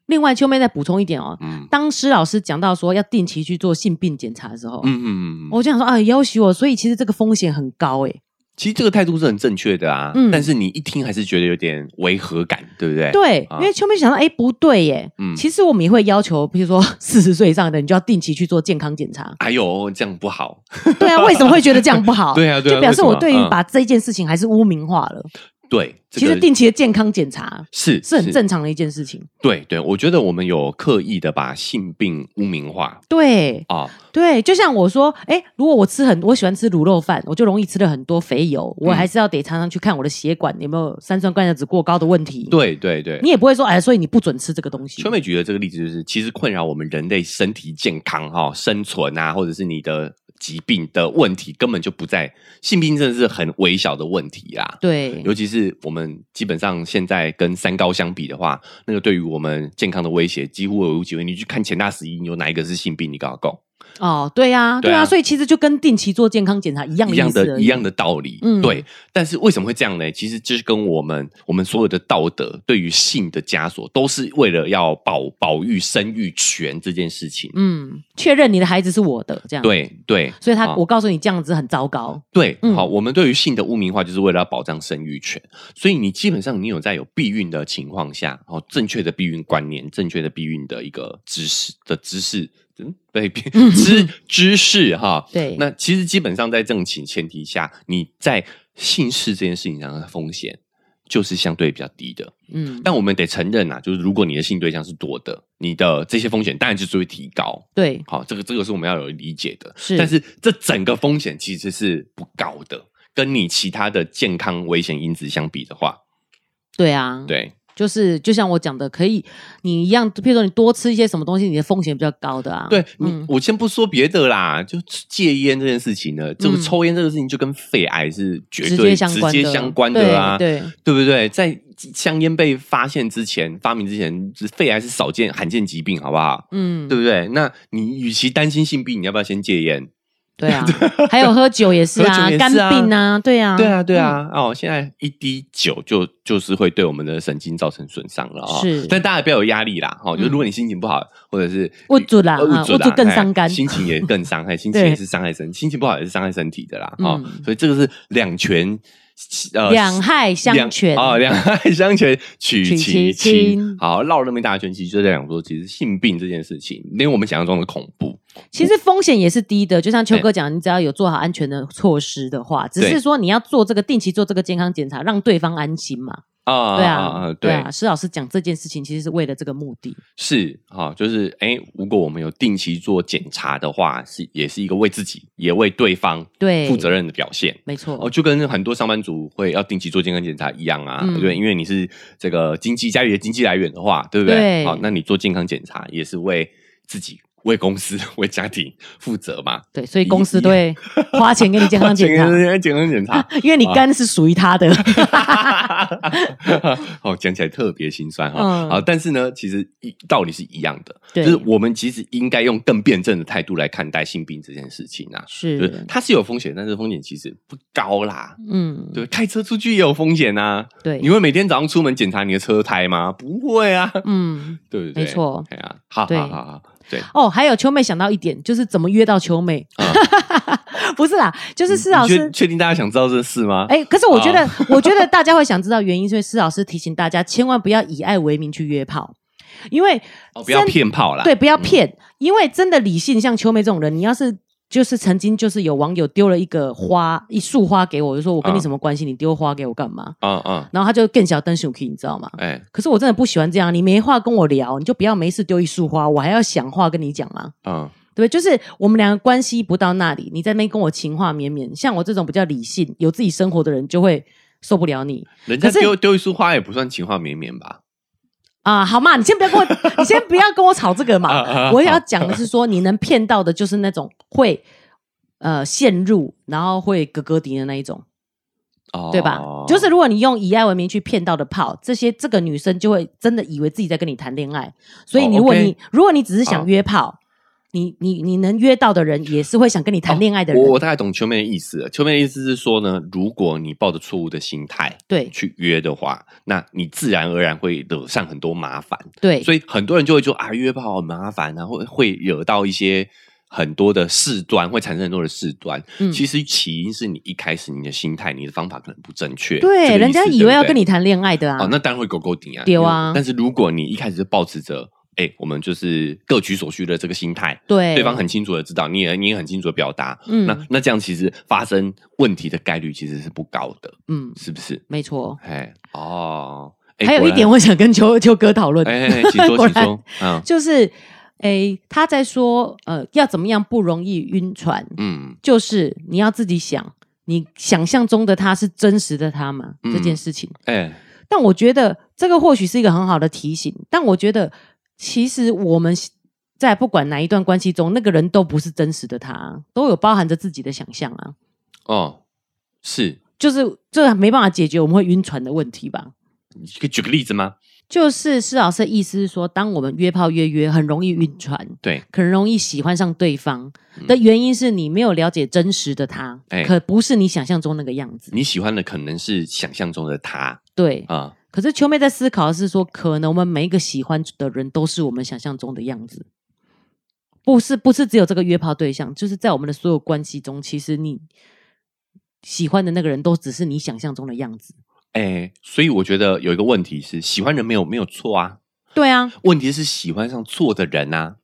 [SPEAKER 2] 另外，秋妹再补充一点哦，
[SPEAKER 1] 嗯
[SPEAKER 2] 当施老师讲到说要定期去做性病检查的时候，
[SPEAKER 1] 嗯嗯嗯嗯，
[SPEAKER 2] 我就想说啊，要求我，所以其实这个风险很高欸诶。
[SPEAKER 1] 其实这个态度是很正确的啊，
[SPEAKER 2] 嗯
[SPEAKER 1] 但是你一听还是觉得有点违和感，对不对？
[SPEAKER 2] 对，
[SPEAKER 1] 啊
[SPEAKER 2] 因为秋妹想到，哎，不对耶，
[SPEAKER 1] 嗯
[SPEAKER 2] 其实我们也会要求，比
[SPEAKER 1] (laughs)。
[SPEAKER 2] 如说四十岁以上的，你就要定期去做健康检查
[SPEAKER 1] 哎呦，这样不好。
[SPEAKER 2] 对啊，为什么会觉得这样不好？
[SPEAKER 1] 对啊对啊
[SPEAKER 2] 就表示我
[SPEAKER 1] 为什
[SPEAKER 2] 对
[SPEAKER 1] 么
[SPEAKER 2] 于
[SPEAKER 1] 嗯
[SPEAKER 2] 把这件事情还是污名化了。
[SPEAKER 1] 对，这
[SPEAKER 2] 其
[SPEAKER 1] 个
[SPEAKER 2] 实定期的健康检查
[SPEAKER 1] 是
[SPEAKER 2] 是很正常的一件事情。
[SPEAKER 1] 对对，我觉得我们有刻意的把性病污名化
[SPEAKER 2] 对
[SPEAKER 1] 啊、
[SPEAKER 2] 对，就像我说，哎，如果我吃很，我喜欢吃卤肉饭，我就容易吃了很多肥油，我
[SPEAKER 1] 嗯
[SPEAKER 2] 还是要得常常去看我的血管有没有三酸甘油酯过高的问题。
[SPEAKER 1] 对对对
[SPEAKER 2] 你，也不会说，哎，所以你不准吃这个东西
[SPEAKER 1] 邱。美举的这个例子就是，其实困扰我们人类身体健康哈、生存啊，或者是你的疾病的问题根本就不在性病，真的是很微小的问题啦。
[SPEAKER 2] 对，
[SPEAKER 1] 尤其是我们基本上现在跟三高相比的话，那个对于我们健康的威胁几乎微乎其微。你去看前大十一，有哪一个是性病？你搞搞
[SPEAKER 2] 哦，对呀、
[SPEAKER 1] 对
[SPEAKER 2] 对
[SPEAKER 1] 啊
[SPEAKER 2] 啊，所以其实就跟定期做健康检查一样的
[SPEAKER 1] 一
[SPEAKER 2] 意
[SPEAKER 1] 样
[SPEAKER 2] 思而
[SPEAKER 1] 的
[SPEAKER 2] 已
[SPEAKER 1] 一样的道理。
[SPEAKER 2] 嗯
[SPEAKER 1] 对。但是为什么会这样呢？其实就是跟我们我们所有的道德对于性的枷锁，都是为了要保保育生育权这件事情。
[SPEAKER 2] 嗯，确认你的孩子是我的这样。，
[SPEAKER 1] 对对，
[SPEAKER 2] 所以他、
[SPEAKER 1] 哦
[SPEAKER 2] 我告诉你这样子很糟糕。
[SPEAKER 1] 对，
[SPEAKER 2] 嗯
[SPEAKER 1] 好，我们对于性的污名化就是为了要保障生育权，所以你基本上你有在有避孕的情况下，哦，正确的避孕观念，正确的避孕的一个知识的知识，嗯，对，避 (laughs) 知知识哈，
[SPEAKER 2] 对，
[SPEAKER 1] 那其实基本上在这种情前提下，你在性事这件事情上的风险就是相对比较低的，
[SPEAKER 2] 嗯，
[SPEAKER 1] 但我们得承认啊，就是如果你的性对象是多的，你的这些风险当然就是会提高，
[SPEAKER 2] 对，
[SPEAKER 1] 好，这个这个是我们要有理解的。
[SPEAKER 2] 是
[SPEAKER 1] 但是这整个风险其实是不高的，跟你其他的健康危险因子相比的话，
[SPEAKER 2] 对啊，
[SPEAKER 1] 对
[SPEAKER 2] 就是就像我讲的，可以你一样，譬如说你多吃一些什么东西，你的风险比较高的啊。
[SPEAKER 1] 对，你、
[SPEAKER 2] 嗯，
[SPEAKER 1] 我先不说别的啦，就戒烟这件事情呢，这个
[SPEAKER 2] 嗯
[SPEAKER 1] 抽烟这个事情就跟肺癌是绝
[SPEAKER 2] 直
[SPEAKER 1] 对
[SPEAKER 2] 接相关
[SPEAKER 1] 直
[SPEAKER 2] 的，
[SPEAKER 1] 接相关的啊，
[SPEAKER 2] 对，对
[SPEAKER 1] 对不对？在香烟被发现之前、发明之前，肺癌是少见罕见疾病，好不好？
[SPEAKER 2] 嗯，
[SPEAKER 1] 对不对？那你与其担心性病，你要不要先戒烟？(laughs)
[SPEAKER 2] 对啊，还有喝酒也是
[SPEAKER 1] 喝
[SPEAKER 2] 啊
[SPEAKER 1] 酒也，
[SPEAKER 2] 肝
[SPEAKER 1] 是啊
[SPEAKER 2] 病啊，对啊，
[SPEAKER 1] 对啊，对啊，哦，现在一滴酒就就是会对我们的神经造成损伤了啊、哦。
[SPEAKER 2] 是
[SPEAKER 1] 但大家不要有压力啦，哦，就是如果你心情不好，或者是
[SPEAKER 2] 物质啦
[SPEAKER 1] 呃物
[SPEAKER 2] 啊
[SPEAKER 1] 质
[SPEAKER 2] 物质
[SPEAKER 1] 啦
[SPEAKER 2] 更
[SPEAKER 1] 哎
[SPEAKER 2] 伤肝
[SPEAKER 1] 心情也更伤
[SPEAKER 2] (laughs)
[SPEAKER 1] 害，心情
[SPEAKER 2] 对
[SPEAKER 1] 也是伤害身，心情不好也是伤害身体的啦。哦
[SPEAKER 2] 嗯，
[SPEAKER 1] 所以这个是两全，呃，
[SPEAKER 2] 两害相
[SPEAKER 1] 两
[SPEAKER 2] 权
[SPEAKER 1] 哦，两害相权取
[SPEAKER 2] 取
[SPEAKER 1] 其
[SPEAKER 2] 其
[SPEAKER 1] 轻
[SPEAKER 2] 轻。
[SPEAKER 1] 好，绕了那么一大圈，其实就在讲说，其实性病这件事情，没有我们想象中的恐怖。
[SPEAKER 2] 其实风险也是低的，就像秋哥讲，你只要有做好安全的措施的话，只
[SPEAKER 1] 对
[SPEAKER 2] 是说你要做这个定期做这个健康检查，让对方安心嘛。
[SPEAKER 1] 啊
[SPEAKER 2] 对
[SPEAKER 1] 啊啊
[SPEAKER 2] 啊，对
[SPEAKER 1] 对
[SPEAKER 2] 啊，施老师讲这件事情其实是为了这个目的。
[SPEAKER 1] 是哈、就是诶，如果我们有定期做检查的话，是也是一个为自己也为对方
[SPEAKER 2] 对
[SPEAKER 1] 负责任的表现。
[SPEAKER 2] 没错，
[SPEAKER 1] 哦，就跟很多上班族会要定期做健康检查一样啊，
[SPEAKER 2] 嗯
[SPEAKER 1] 对，因为你是这个经济家里的经济来源的话，对不对？
[SPEAKER 2] 对
[SPEAKER 1] 好、那你做健康检查也是为自己、为公司、 (laughs) 为家庭负责嘛。
[SPEAKER 2] 对，所以公司对花钱给你健康
[SPEAKER 1] (laughs)
[SPEAKER 2] 检查，
[SPEAKER 1] 查，哦健康检查， (laughs)
[SPEAKER 2] 因为你肝是属于他的。
[SPEAKER 1] 哦，讲起来特别心酸哈、
[SPEAKER 2] 嗯
[SPEAKER 1] 好，但是呢，其实一道理是一样的，
[SPEAKER 2] 对
[SPEAKER 1] 就是我们其实应该用更辩证的态度来看待性病这件事情啊。就是
[SPEAKER 2] 是，
[SPEAKER 1] 它是有风险，但是风险其实不高啦。
[SPEAKER 2] 嗯，
[SPEAKER 1] 对，开车出去也有风险呐、
[SPEAKER 2] 对
[SPEAKER 1] 你会每天早上出门检查你的车胎吗？不会啊，
[SPEAKER 2] 嗯，
[SPEAKER 1] 对不对？
[SPEAKER 2] 没错
[SPEAKER 1] 哎呀，好
[SPEAKER 2] 对
[SPEAKER 1] 好好好，对，
[SPEAKER 2] 哦，还有秋妹想到一点，就是怎么约到秋妹？
[SPEAKER 1] 啊
[SPEAKER 2] (laughs) 不是啦，就是施老
[SPEAKER 1] 你啊确
[SPEAKER 2] 师。
[SPEAKER 1] 确定大家想知道这事吗？
[SPEAKER 2] 哎、可是我觉得，我觉得大家会想知道原因，所以施老师提醒大家，千万不要以爱为名去约炮，因为
[SPEAKER 1] 哦，不要
[SPEAKER 2] 真
[SPEAKER 1] 骗炮啦。
[SPEAKER 2] 对，不要骗，因为真的理性，像秋妹这种人，你要是就是曾经就是有网友丢了一个花一束花给我，我就说我跟你
[SPEAKER 1] 啊
[SPEAKER 2] 什么关系？你丢花给我干嘛？
[SPEAKER 1] 嗯，嗯
[SPEAKER 2] 然后他就更小灯熊 k 你知道吗？
[SPEAKER 1] 哎
[SPEAKER 2] 可是我真的不喜欢这样，你没话跟我聊，你就不要没事丢一束花，我还要想话跟你讲吗？
[SPEAKER 1] 嗯
[SPEAKER 2] 对，就是我们两个关系不到那里，你在那边跟我情话绵绵，像我这种比较理性、有自己生活的人，就会受不了你
[SPEAKER 1] 人家
[SPEAKER 2] 可是
[SPEAKER 1] 丢丢一束花也不算情话绵绵吧？
[SPEAKER 2] 啊！好嘛，你先不要跟我， (laughs) 你先不要跟我吵这个
[SPEAKER 1] 啊
[SPEAKER 2] 嘛。
[SPEAKER 1] 啊啊
[SPEAKER 2] 我要讲的是说，你能骗到的就是那种会呃陷入，然后会格格敌的那一种，
[SPEAKER 1] 哦
[SPEAKER 2] 对吧？就是如果你用以爱为名去骗到的炮，这些这个女生就会真的以为自己在跟你谈恋爱。所以
[SPEAKER 1] 哦
[SPEAKER 2] 你如果你、
[SPEAKER 1] OK
[SPEAKER 2] 如果你只是想
[SPEAKER 1] 啊
[SPEAKER 2] 约炮，你你你能约到的人也是会想跟你谈恋爱的人，
[SPEAKER 1] 哦我我大概懂秋妹的意思了。秋妹的意思是说呢，如果你抱着错误的心态
[SPEAKER 2] 对
[SPEAKER 1] 去约的话，那你自然而然会惹上很多麻烦。
[SPEAKER 2] 对。
[SPEAKER 1] 所以很多人就会说啊，约炮很麻烦啊，会会惹到一些很多的事端，会产生很多的事端。
[SPEAKER 2] 嗯
[SPEAKER 1] 其实起因是你一开始你的心态、你的方法可能不正确。这个
[SPEAKER 2] 对，
[SPEAKER 1] 意思
[SPEAKER 2] 人家以为要跟。
[SPEAKER 1] 对
[SPEAKER 2] 你谈恋爱的
[SPEAKER 1] 不
[SPEAKER 2] 啊。
[SPEAKER 1] 对哦，那当然会勾勾顶啊，
[SPEAKER 2] 对啊
[SPEAKER 1] 但是如果你一开始就抱持着，哎、我们就是各取所需的这个心态，
[SPEAKER 2] 对，
[SPEAKER 1] 对方很清楚的知道，你也你也很清楚的表达，
[SPEAKER 2] 嗯
[SPEAKER 1] 那那这样其实发生问题的概率其实是不高的，
[SPEAKER 2] 嗯，
[SPEAKER 1] 是不是？
[SPEAKER 2] 没错。
[SPEAKER 1] 哎，哦，哎
[SPEAKER 2] 还有
[SPEAKER 1] 果
[SPEAKER 2] 一
[SPEAKER 1] 然
[SPEAKER 2] 点我想跟 (laughs) 秋秋哥讨论，
[SPEAKER 1] 哎，
[SPEAKER 2] (laughs)
[SPEAKER 1] 哎哎请说，
[SPEAKER 2] 果
[SPEAKER 1] 请
[SPEAKER 2] 然
[SPEAKER 1] 说，嗯
[SPEAKER 2] 就是诶，他在说呃，要怎么样不容易晕船，
[SPEAKER 1] 嗯
[SPEAKER 2] 就是你要自己想，你想象中的他是真实的他吗？
[SPEAKER 1] 嗯
[SPEAKER 2] 这件事情。
[SPEAKER 1] 哎，
[SPEAKER 2] 但我觉得这个或许是一个很好的提醒，但我觉得其实我们在不管哪一段关系中，那个人都不是真实的他，啊都有包含着自己的想象啊。
[SPEAKER 1] 哦，是，
[SPEAKER 2] 就是这没办法解决我们会晕船的问题吧？
[SPEAKER 1] 你可以举个例子吗？
[SPEAKER 2] 就是施老师的意思是说，当我们约炮约约，很容易晕船，
[SPEAKER 1] 对，
[SPEAKER 2] 很容易喜欢上对方的原因是你没有了解真实的他，
[SPEAKER 1] 嗯哎
[SPEAKER 2] 可不是你想象中那个样子。
[SPEAKER 1] 你喜欢的可能是想象中的他
[SPEAKER 2] 对，
[SPEAKER 1] 啊，
[SPEAKER 2] 可是秋妹在思考的是说，可能我们每一个喜欢的人都是我们想象中的样子，不是不是只有这个约炮对象，就是在我们的所有关系中，其实你喜欢的那个人都只是你想象中的样子。
[SPEAKER 1] 哎、所以我觉得有一个问题是，喜欢人没有没有错啊，
[SPEAKER 2] 对啊，
[SPEAKER 1] 问题是喜欢上错的人啊。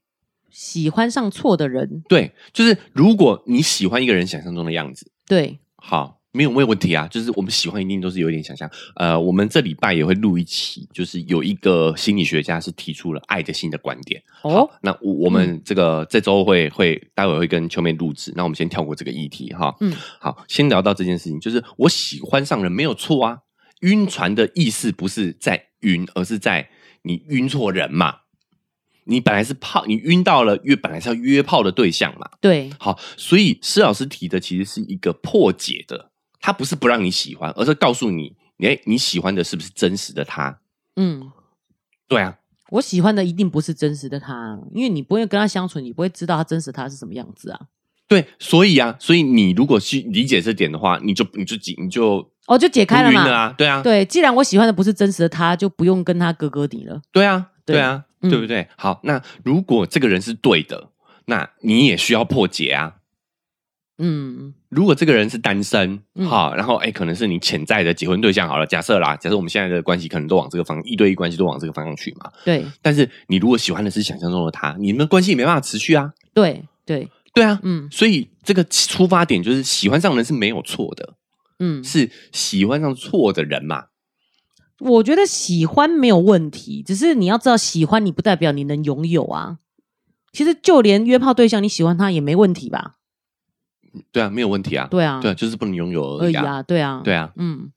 [SPEAKER 2] 喜欢上错的人，
[SPEAKER 1] 对，就是如果你喜欢一个人想象中的样子，
[SPEAKER 2] 对
[SPEAKER 1] 好，没有没有问题啊。就是我们喜欢一定都是有一点想象。呃，我们这礼拜也会录一期，就是有一个心理学家是提出了爱的新的观点。
[SPEAKER 2] 哦，
[SPEAKER 1] 那我我们这个、这周会会待会会跟秋妹录制，那我们先跳过这个议题哈。
[SPEAKER 2] 嗯，
[SPEAKER 1] 好，先聊到这件事情，就是我喜欢上人没有错啊。晕船的意思不是在晕，而是在你晕错人嘛。你本来是泡，你晕到了约，本来是要约炮的对象嘛。
[SPEAKER 2] 对
[SPEAKER 1] 好，所以施老师提的其实是一个破解的，他不是不让你喜欢，而是告诉你，哎，你喜欢的是不是真实的他？
[SPEAKER 2] 嗯，
[SPEAKER 1] 对啊，
[SPEAKER 2] 我喜欢的一定不是真实的他，因为你不会跟他相处，你不会知道他真实他是什么样子啊。
[SPEAKER 1] 对，所以啊，所以你如果去理解这点的话，你就你就你就
[SPEAKER 2] 哦，就解
[SPEAKER 1] 不
[SPEAKER 2] 开了
[SPEAKER 1] 晕
[SPEAKER 2] 嘛。
[SPEAKER 1] 了啊，对啊，
[SPEAKER 2] 对，既然我喜欢的不是真实的他，就不用跟他哥哥你了。
[SPEAKER 1] 对啊，
[SPEAKER 2] 对
[SPEAKER 1] 对啊，
[SPEAKER 2] 嗯
[SPEAKER 1] 对不对？好，那如果这个人是对的，那你也需要破解啊。
[SPEAKER 2] 嗯，
[SPEAKER 1] 如果这个人是单身，
[SPEAKER 2] 嗯
[SPEAKER 1] 好、然后哎，可能是你潜在的结婚对象好了，假设啦，假设我们现在的关系可能都往这个方，一对一关系都往这个方向去嘛。
[SPEAKER 2] 对
[SPEAKER 1] 但是你如果喜欢的是想象中的他，你们的关系也没办法持续啊。
[SPEAKER 2] 对对，
[SPEAKER 1] 对啊，
[SPEAKER 2] 嗯
[SPEAKER 1] 所以这个出发点就是喜欢上人是没有错的，
[SPEAKER 2] 嗯，
[SPEAKER 1] 是喜欢上错的人嘛。
[SPEAKER 2] 我觉得喜欢没有问题，只是你要知道，喜欢你不代表你能拥有啊。其实就连约炮对象，你喜欢他也没问题吧？
[SPEAKER 1] 对啊，没有问题啊。
[SPEAKER 2] 对啊，
[SPEAKER 1] 对啊，就是不能拥有
[SPEAKER 2] 而
[SPEAKER 1] 而
[SPEAKER 2] 已
[SPEAKER 1] 已啊。
[SPEAKER 2] 啊，对啊，
[SPEAKER 1] 对啊，
[SPEAKER 2] 嗯。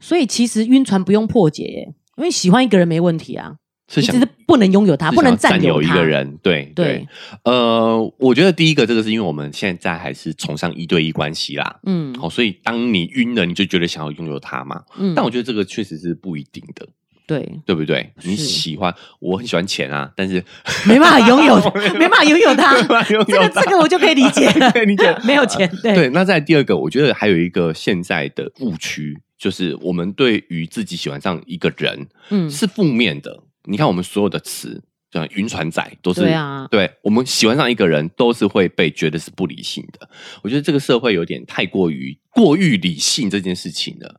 [SPEAKER 2] 所以其实晕船不用破解耶，因为喜欢一个人没问题啊，
[SPEAKER 1] 是
[SPEAKER 2] 你
[SPEAKER 1] 想
[SPEAKER 2] 只是不能拥有他，
[SPEAKER 1] 是
[SPEAKER 2] 不能
[SPEAKER 1] 想要占
[SPEAKER 2] 有
[SPEAKER 1] 一
[SPEAKER 2] 他
[SPEAKER 1] 个。人。对
[SPEAKER 2] 对，
[SPEAKER 1] 呃，我觉得第一个这个是因为我们现在还是崇尚一对一关系啦。
[SPEAKER 2] 嗯
[SPEAKER 1] 哦，所以当你晕了，你就觉得想要拥有他嘛？
[SPEAKER 2] 嗯，
[SPEAKER 1] 但我觉得这个确实是不一定的，
[SPEAKER 2] 对
[SPEAKER 1] 对不对？
[SPEAKER 2] 是
[SPEAKER 1] 你喜欢，我很喜欢钱啊，但是 (laughs)
[SPEAKER 2] 没办法拥有，没办法拥有他
[SPEAKER 1] 没，办法拥
[SPEAKER 2] (laughs) 这
[SPEAKER 1] 有
[SPEAKER 2] 个
[SPEAKER 1] 他，
[SPEAKER 2] 这个我就可以理解
[SPEAKER 1] (laughs)
[SPEAKER 2] 了
[SPEAKER 1] 可以理解
[SPEAKER 2] (laughs) 没有欸钱，对
[SPEAKER 1] 对，那在第二个，我觉得还有一个现在的误区，就是我们对于自己喜欢上一个人
[SPEAKER 2] 嗯，
[SPEAKER 1] 是负面的。你看我们所有的词，像晕船仔都是
[SPEAKER 2] 对啊
[SPEAKER 1] 对我们喜欢上一个人都是会被觉得是不理性的。我觉得这个社会有点太过于过于理性这件事情了，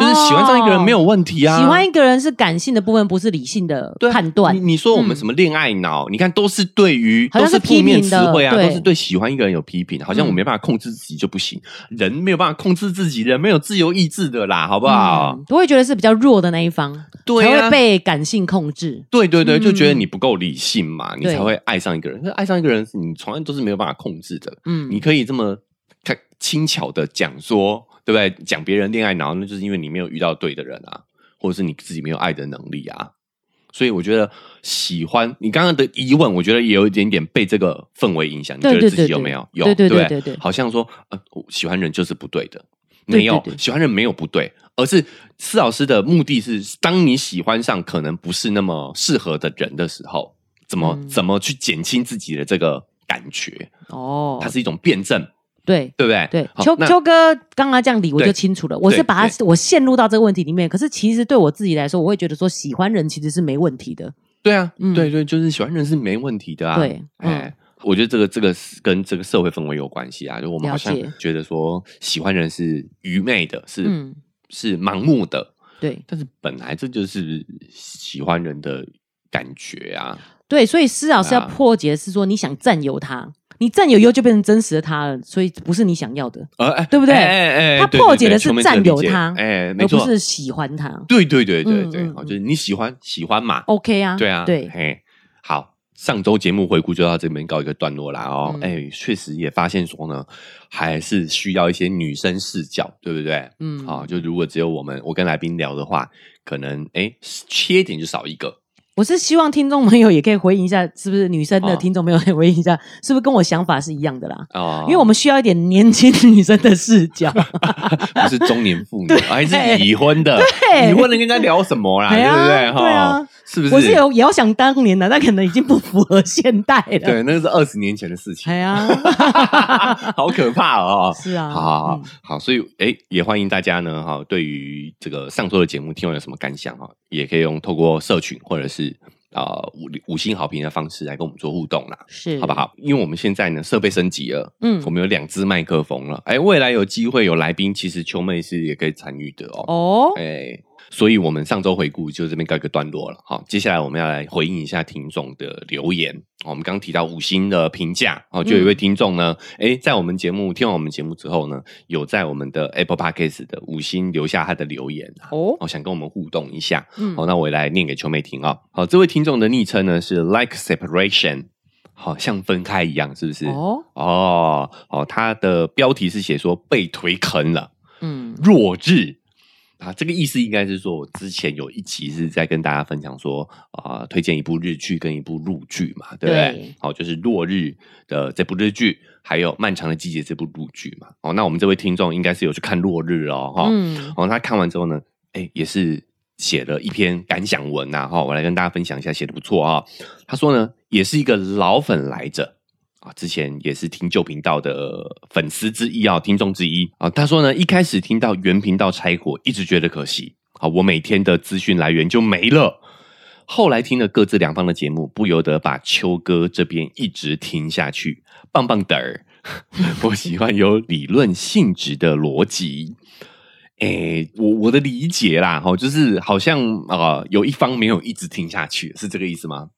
[SPEAKER 1] 就是喜欢上一个人没有
[SPEAKER 2] 哦
[SPEAKER 1] 问题啊，
[SPEAKER 2] 喜欢一个人是感性的部分，不是理性的
[SPEAKER 1] 对啊
[SPEAKER 2] 判断
[SPEAKER 1] 你。你说我们
[SPEAKER 2] 嗯
[SPEAKER 1] 什么恋爱脑？你看都是对于
[SPEAKER 2] 好
[SPEAKER 1] 都
[SPEAKER 2] 像是
[SPEAKER 1] 是负面词汇啊，
[SPEAKER 2] 批评的
[SPEAKER 1] 都是对喜欢一个人有批评，好像我
[SPEAKER 2] 嗯
[SPEAKER 1] 没办法控制自己就不行，人没有办法控制自己，人没有自由意志的啦，好不好？
[SPEAKER 2] 嗯，我会觉得是比较弱的那一方，
[SPEAKER 1] 对
[SPEAKER 2] 才
[SPEAKER 1] 啊
[SPEAKER 2] 会被感性控制。
[SPEAKER 1] 对对对，
[SPEAKER 2] 嗯
[SPEAKER 1] 就觉得你不够理性嘛，你
[SPEAKER 2] 对
[SPEAKER 1] 才会爱上一个人。可是爱上一个人是你从来都是没有办法控制的，
[SPEAKER 2] 嗯，
[SPEAKER 1] 你可以这么看轻巧的讲说，对不对？讲别人恋爱脑，那就是因为你没有遇到对的人啊，或者是你自己没有爱的能力啊。所以我觉得喜欢你刚刚的疑问，我觉得也有一点点被这个氛围影响。你
[SPEAKER 2] 对
[SPEAKER 1] 觉得
[SPEAKER 2] 对
[SPEAKER 1] 自己
[SPEAKER 2] 对
[SPEAKER 1] 有
[SPEAKER 2] 对
[SPEAKER 1] 没有？有
[SPEAKER 2] 对对
[SPEAKER 1] 不
[SPEAKER 2] 对对对
[SPEAKER 1] 好像说呃，我喜欢人就是不对的，
[SPEAKER 2] 对
[SPEAKER 1] 没有
[SPEAKER 2] 对对
[SPEAKER 1] 喜欢人没有不对，而是施老师的目的是，当你喜欢上可能不是那么适合的人的时候，怎么、
[SPEAKER 2] 嗯
[SPEAKER 1] 怎么去减轻自己的这个感觉？
[SPEAKER 2] 哦
[SPEAKER 1] 它，是一种辩证。
[SPEAKER 2] 对
[SPEAKER 1] 对不对？
[SPEAKER 2] 对，
[SPEAKER 1] 好
[SPEAKER 2] 秋
[SPEAKER 1] 那
[SPEAKER 2] 秋哥刚刚这样理我
[SPEAKER 1] 对
[SPEAKER 2] 就清楚了。我
[SPEAKER 1] 对
[SPEAKER 2] 是把
[SPEAKER 1] 对
[SPEAKER 2] 它我陷入到这个问题里面，可是其实对我自己来说，我会觉得说喜欢人其实是没问题的。
[SPEAKER 1] 对啊，
[SPEAKER 2] 嗯
[SPEAKER 1] 对对，就是喜欢人是没问题的啊。
[SPEAKER 2] 对嗯
[SPEAKER 1] 哎，我觉得这个这个是跟这个社会氛围有关系啊，就我们好像
[SPEAKER 2] 了解
[SPEAKER 1] 觉得说喜欢人是愚昧的，是、
[SPEAKER 2] 嗯，
[SPEAKER 1] 是盲目的，
[SPEAKER 2] 对
[SPEAKER 1] 但是本来这就是喜欢人的感觉啊。
[SPEAKER 2] 对，所以施老师要
[SPEAKER 1] 啊
[SPEAKER 2] 破解的是说你想占有他，你占有以后就变成真实的他了，所以不是你想要的，
[SPEAKER 1] 呃，哎
[SPEAKER 2] 对不对
[SPEAKER 1] 哎哎哎，
[SPEAKER 2] 他
[SPEAKER 1] 对
[SPEAKER 2] 破
[SPEAKER 1] 对
[SPEAKER 2] 解
[SPEAKER 1] 对
[SPEAKER 2] 的是
[SPEAKER 1] 球妹这个
[SPEAKER 2] 占
[SPEAKER 1] 理
[SPEAKER 2] 有
[SPEAKER 1] 解
[SPEAKER 2] 他
[SPEAKER 1] 哎，没
[SPEAKER 2] 而不
[SPEAKER 1] 错，
[SPEAKER 2] 是喜欢他。
[SPEAKER 1] 对对对对
[SPEAKER 2] 嗯
[SPEAKER 1] 对，
[SPEAKER 2] 嗯
[SPEAKER 1] 好，
[SPEAKER 2] 嗯
[SPEAKER 1] 就是你喜欢喜欢嘛，
[SPEAKER 2] OK 啊，
[SPEAKER 1] 对啊，
[SPEAKER 2] 对，
[SPEAKER 1] 嘿，好，上周节目回顾就到这边告一个段落啦哦。
[SPEAKER 2] 嗯
[SPEAKER 1] 哎、确实也发现说呢，还是需要一些女生视角，对不对？
[SPEAKER 2] 嗯
[SPEAKER 1] 好，就如果只有我们我跟来宾聊的话，可能哎缺点就少一个，
[SPEAKER 2] 我是希望听众朋友也可以回应一下，是不是女生的
[SPEAKER 1] 哦
[SPEAKER 2] 听众朋友也回应一下，是不是跟我想法是一样的啦？
[SPEAKER 1] 啊，
[SPEAKER 2] 因为我们需要一点年轻女生的视角。
[SPEAKER 1] 不是中年
[SPEAKER 2] (laughs)
[SPEAKER 1] 妇女，还是已婚的，
[SPEAKER 2] 对
[SPEAKER 1] 已婚的跟他聊什么啦？
[SPEAKER 2] 哎
[SPEAKER 1] 对
[SPEAKER 2] 呀
[SPEAKER 1] 不对？哈
[SPEAKER 2] (laughs) 对啊，
[SPEAKER 1] 是 (laughs) 不
[SPEAKER 2] 我是有遥想当年的，但可能已经不符合现代了。
[SPEAKER 1] 对，那是二十年前的事
[SPEAKER 2] (laughs)
[SPEAKER 1] 情，
[SPEAKER 2] 哎
[SPEAKER 1] (laughs)
[SPEAKER 2] 呀，
[SPEAKER 1] 好可怕哦！
[SPEAKER 2] 是啊，
[SPEAKER 1] 好好好
[SPEAKER 2] 嗯
[SPEAKER 1] 好，所以哎，也欢迎大家呢哈，对于这个上周的节目听完有什么感想哈，也可以用透过社群或者是啊五五星好评的方式来跟我们做互动啦，
[SPEAKER 2] 是
[SPEAKER 1] 好不？好？因为我们现在呢设备升级了，
[SPEAKER 2] 嗯
[SPEAKER 1] 我，们有两支麦克风了，哎，未来有机会有来宾，其实秋妹是也可以参与的哦，
[SPEAKER 2] 哦，
[SPEAKER 1] 哎。所以，我们上周回顾就这边告一个段落了。好，接下来我们要来回应一下听众的留言。哦我们刚提到五星的评价，哦，就有一位听众呢，
[SPEAKER 2] 嗯
[SPEAKER 1] 哎、在我们节目听完我们节目之后呢，有在我们的 Apple Podcast 的五星留下他的留言，
[SPEAKER 2] 哦，
[SPEAKER 1] 哦，想哦跟我们互动一下。
[SPEAKER 2] 嗯
[SPEAKER 1] 好、，那我也来念给秋妹听啊、好、这位听众的昵称呢是 Like Separation，好、像分开一样，是不是？
[SPEAKER 2] 哦，
[SPEAKER 1] 哦，哦，它的标题是写说被推坑了，
[SPEAKER 2] 嗯，
[SPEAKER 1] 弱智啊，这个意思应该是说，我之前有一集是在跟大家分享说啊、推荐一部日剧跟一部陆剧嘛，对不
[SPEAKER 2] 对
[SPEAKER 1] 对？好、就是《落日》的这部日剧，还有《漫长的季节》这部陆剧嘛。哦，那我们这位听众应该是有去看《落日》哦，哈、
[SPEAKER 2] 嗯，
[SPEAKER 1] 然后他看完之后呢，哎，也是写了一篇感想文呐、哈、我来跟大家分享一下，写的不错啊、他说呢，也是一个老粉来着。啊，之前也是听旧频道的粉丝之一啊，听众之一啊。他说呢，一开始听到原频道拆伙，一直觉得可惜啊，我每天的资讯来源就没了。后来听了各自两方的节目，不由得把秋哥这边一直听下去，棒棒的儿。 (laughs) 我喜欢有理论性质的逻辑。诶，我我的理解啦，哈，就是好像啊、呃有一方没有一直听下去，是这个意思
[SPEAKER 2] (laughs)
[SPEAKER 1] 吗？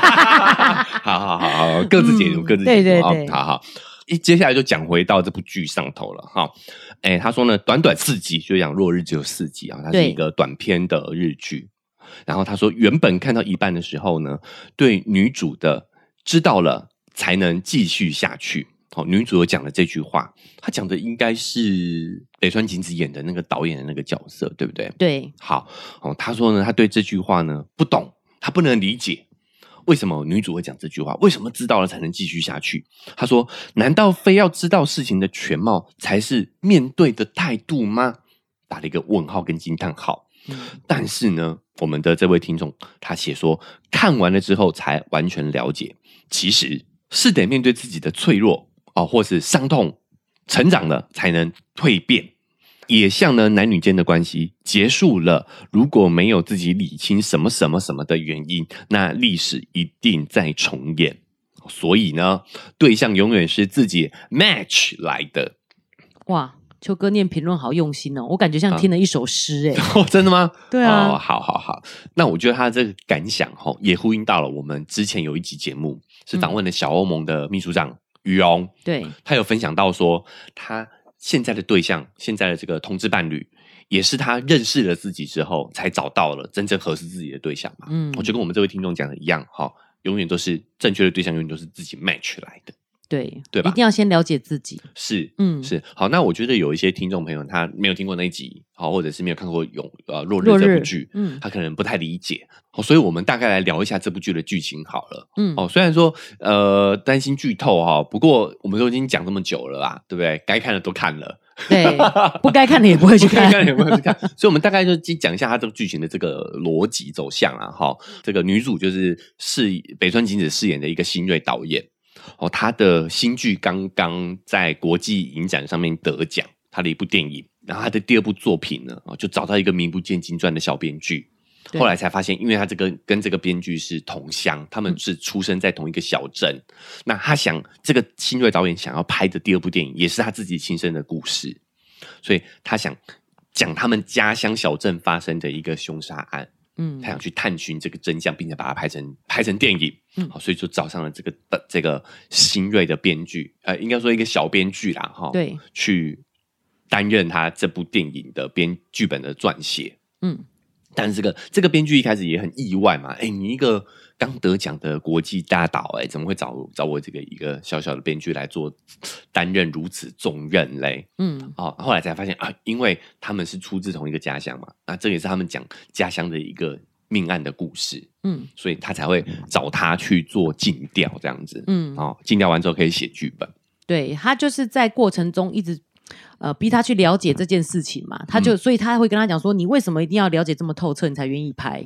[SPEAKER 1] 好好好好，各自解读，
[SPEAKER 2] 嗯
[SPEAKER 1] 各自
[SPEAKER 2] 对
[SPEAKER 1] 解
[SPEAKER 2] 对
[SPEAKER 1] 读啊
[SPEAKER 2] 对，
[SPEAKER 1] 好好。一接下来就讲回到这部剧上头了哈，诶，哎他说呢，短短四集，就讲《落日》只有四集啊，它是
[SPEAKER 2] 对
[SPEAKER 1] 一个短篇的日剧。然后他说，原本看到一半的时候呢，对女主的知道了才能继续下去。好、女主有讲了这句话，她讲的应该是北川景子演的那个导演的那个角色，对不对？
[SPEAKER 2] 对，
[SPEAKER 1] 好，哦，他说呢，他对这句话呢不懂，他不能理解为什么女主会讲这句话，为什么知道了才能继续下去？他说，难道非要知道事情的全貌才是面对的态度吗？打了一个问号跟惊叹号。
[SPEAKER 2] 嗯
[SPEAKER 1] 但是呢，我们的这位听众他写说，看完了之后才完全了解，其实是得面对自己的脆弱啊、哦或是伤痛，成长了才能蜕变。也像呢，男女间的关系结束了，如果没有自己理清什么什么什么的原因，那历史一定在重演。所以呢，对象永远是自己 match 来的。 (laughs)
[SPEAKER 2] 哇，秋哥念评论好用心哦，我感觉像
[SPEAKER 1] 啊
[SPEAKER 2] 听了一首
[SPEAKER 1] (laughs)
[SPEAKER 2] 诗哎，
[SPEAKER 1] 哦，真的吗？
[SPEAKER 2] 对啊
[SPEAKER 1] 哦，好好好，那我觉得他这个感想哈、也呼应到了我们之前有一集节目是访问了小欧盟的秘书长于翁，
[SPEAKER 2] 嗯对，
[SPEAKER 1] 他有分享到说，他现在的对象，现在的这个同志伴侣，也是他认识了自己之后才找到了真正合适自己的对象嘛。
[SPEAKER 2] 嗯，
[SPEAKER 1] 我就跟我们这位听众讲的一样哈、永远都是正确的对象，永远都是自己 match 来的，
[SPEAKER 2] 对，
[SPEAKER 1] 对吧
[SPEAKER 2] 一定要先了解自己，
[SPEAKER 1] 是
[SPEAKER 2] 嗯，
[SPEAKER 1] 是好，那我觉得有一些听众朋友他没有听过那一集，好，或者是没有看过《永呃落日
[SPEAKER 2] 落》
[SPEAKER 1] 这
[SPEAKER 2] 日
[SPEAKER 1] 部剧，
[SPEAKER 2] 嗯
[SPEAKER 1] 他可能不太理解，好，所以我们大概来聊一下这部剧的剧情好了。
[SPEAKER 2] 嗯，
[SPEAKER 1] 哦，虽然说呃担心剧透哈、不过我们都已经讲这么久了啦，对不对？该看的都看了， (laughs)
[SPEAKER 2] 对，不该看的也不会去
[SPEAKER 1] 不该
[SPEAKER 2] 看，
[SPEAKER 1] 看的有没有去看？所以我们大概就讲一下它这个剧情的这个逻辑走向啊。哈、这个女主就是饰北川景子饰演的一个新锐导演哦，她的新剧刚刚在国际影展上面得奖，她的一部电影。然后她的第二部作品呢，哦，就找到一个名不见经传的小编剧，
[SPEAKER 2] 对
[SPEAKER 1] 后来才发现，因为他这个跟这个编剧是同乡，他
[SPEAKER 2] 嗯
[SPEAKER 1] 们是出生在同一个小镇。那他想，这个新锐导演想要拍的第二部电影，也是他自己亲身的故事，所以他想讲他们家乡小镇发生的一个凶杀案，
[SPEAKER 2] 嗯
[SPEAKER 1] 他，想去探寻这个真相，并且把它拍成拍成电影。
[SPEAKER 2] 嗯
[SPEAKER 1] 好，所以就找上了这个的这个新锐的编剧，呃，应该说一个小编剧啦，哈，
[SPEAKER 2] 对，
[SPEAKER 1] 去担任他这部电影的编剧本的撰写。
[SPEAKER 2] 嗯，
[SPEAKER 1] 但是这个这个编剧一开始也很意外嘛，哎，你一个刚得奖的国际大导，哎，怎么会找找我这个一个小小的编剧来做担任如此重任嘞？
[SPEAKER 2] 嗯，
[SPEAKER 1] 哦，后来才发现啊，因为他们是出自同一个家乡嘛，啊，这也是他们讲家乡的一个命案的故事，
[SPEAKER 2] 嗯
[SPEAKER 1] 所以他才会找他去做尽调这样子。
[SPEAKER 2] 嗯，
[SPEAKER 1] 哦，尽调完之后可以写剧本。
[SPEAKER 2] 对他就是在过程中一直呃逼他去了解这件事情嘛，
[SPEAKER 1] 嗯
[SPEAKER 2] 他就、所以他会跟他讲说，你为什么一定要了解这么透彻，你才愿意拍，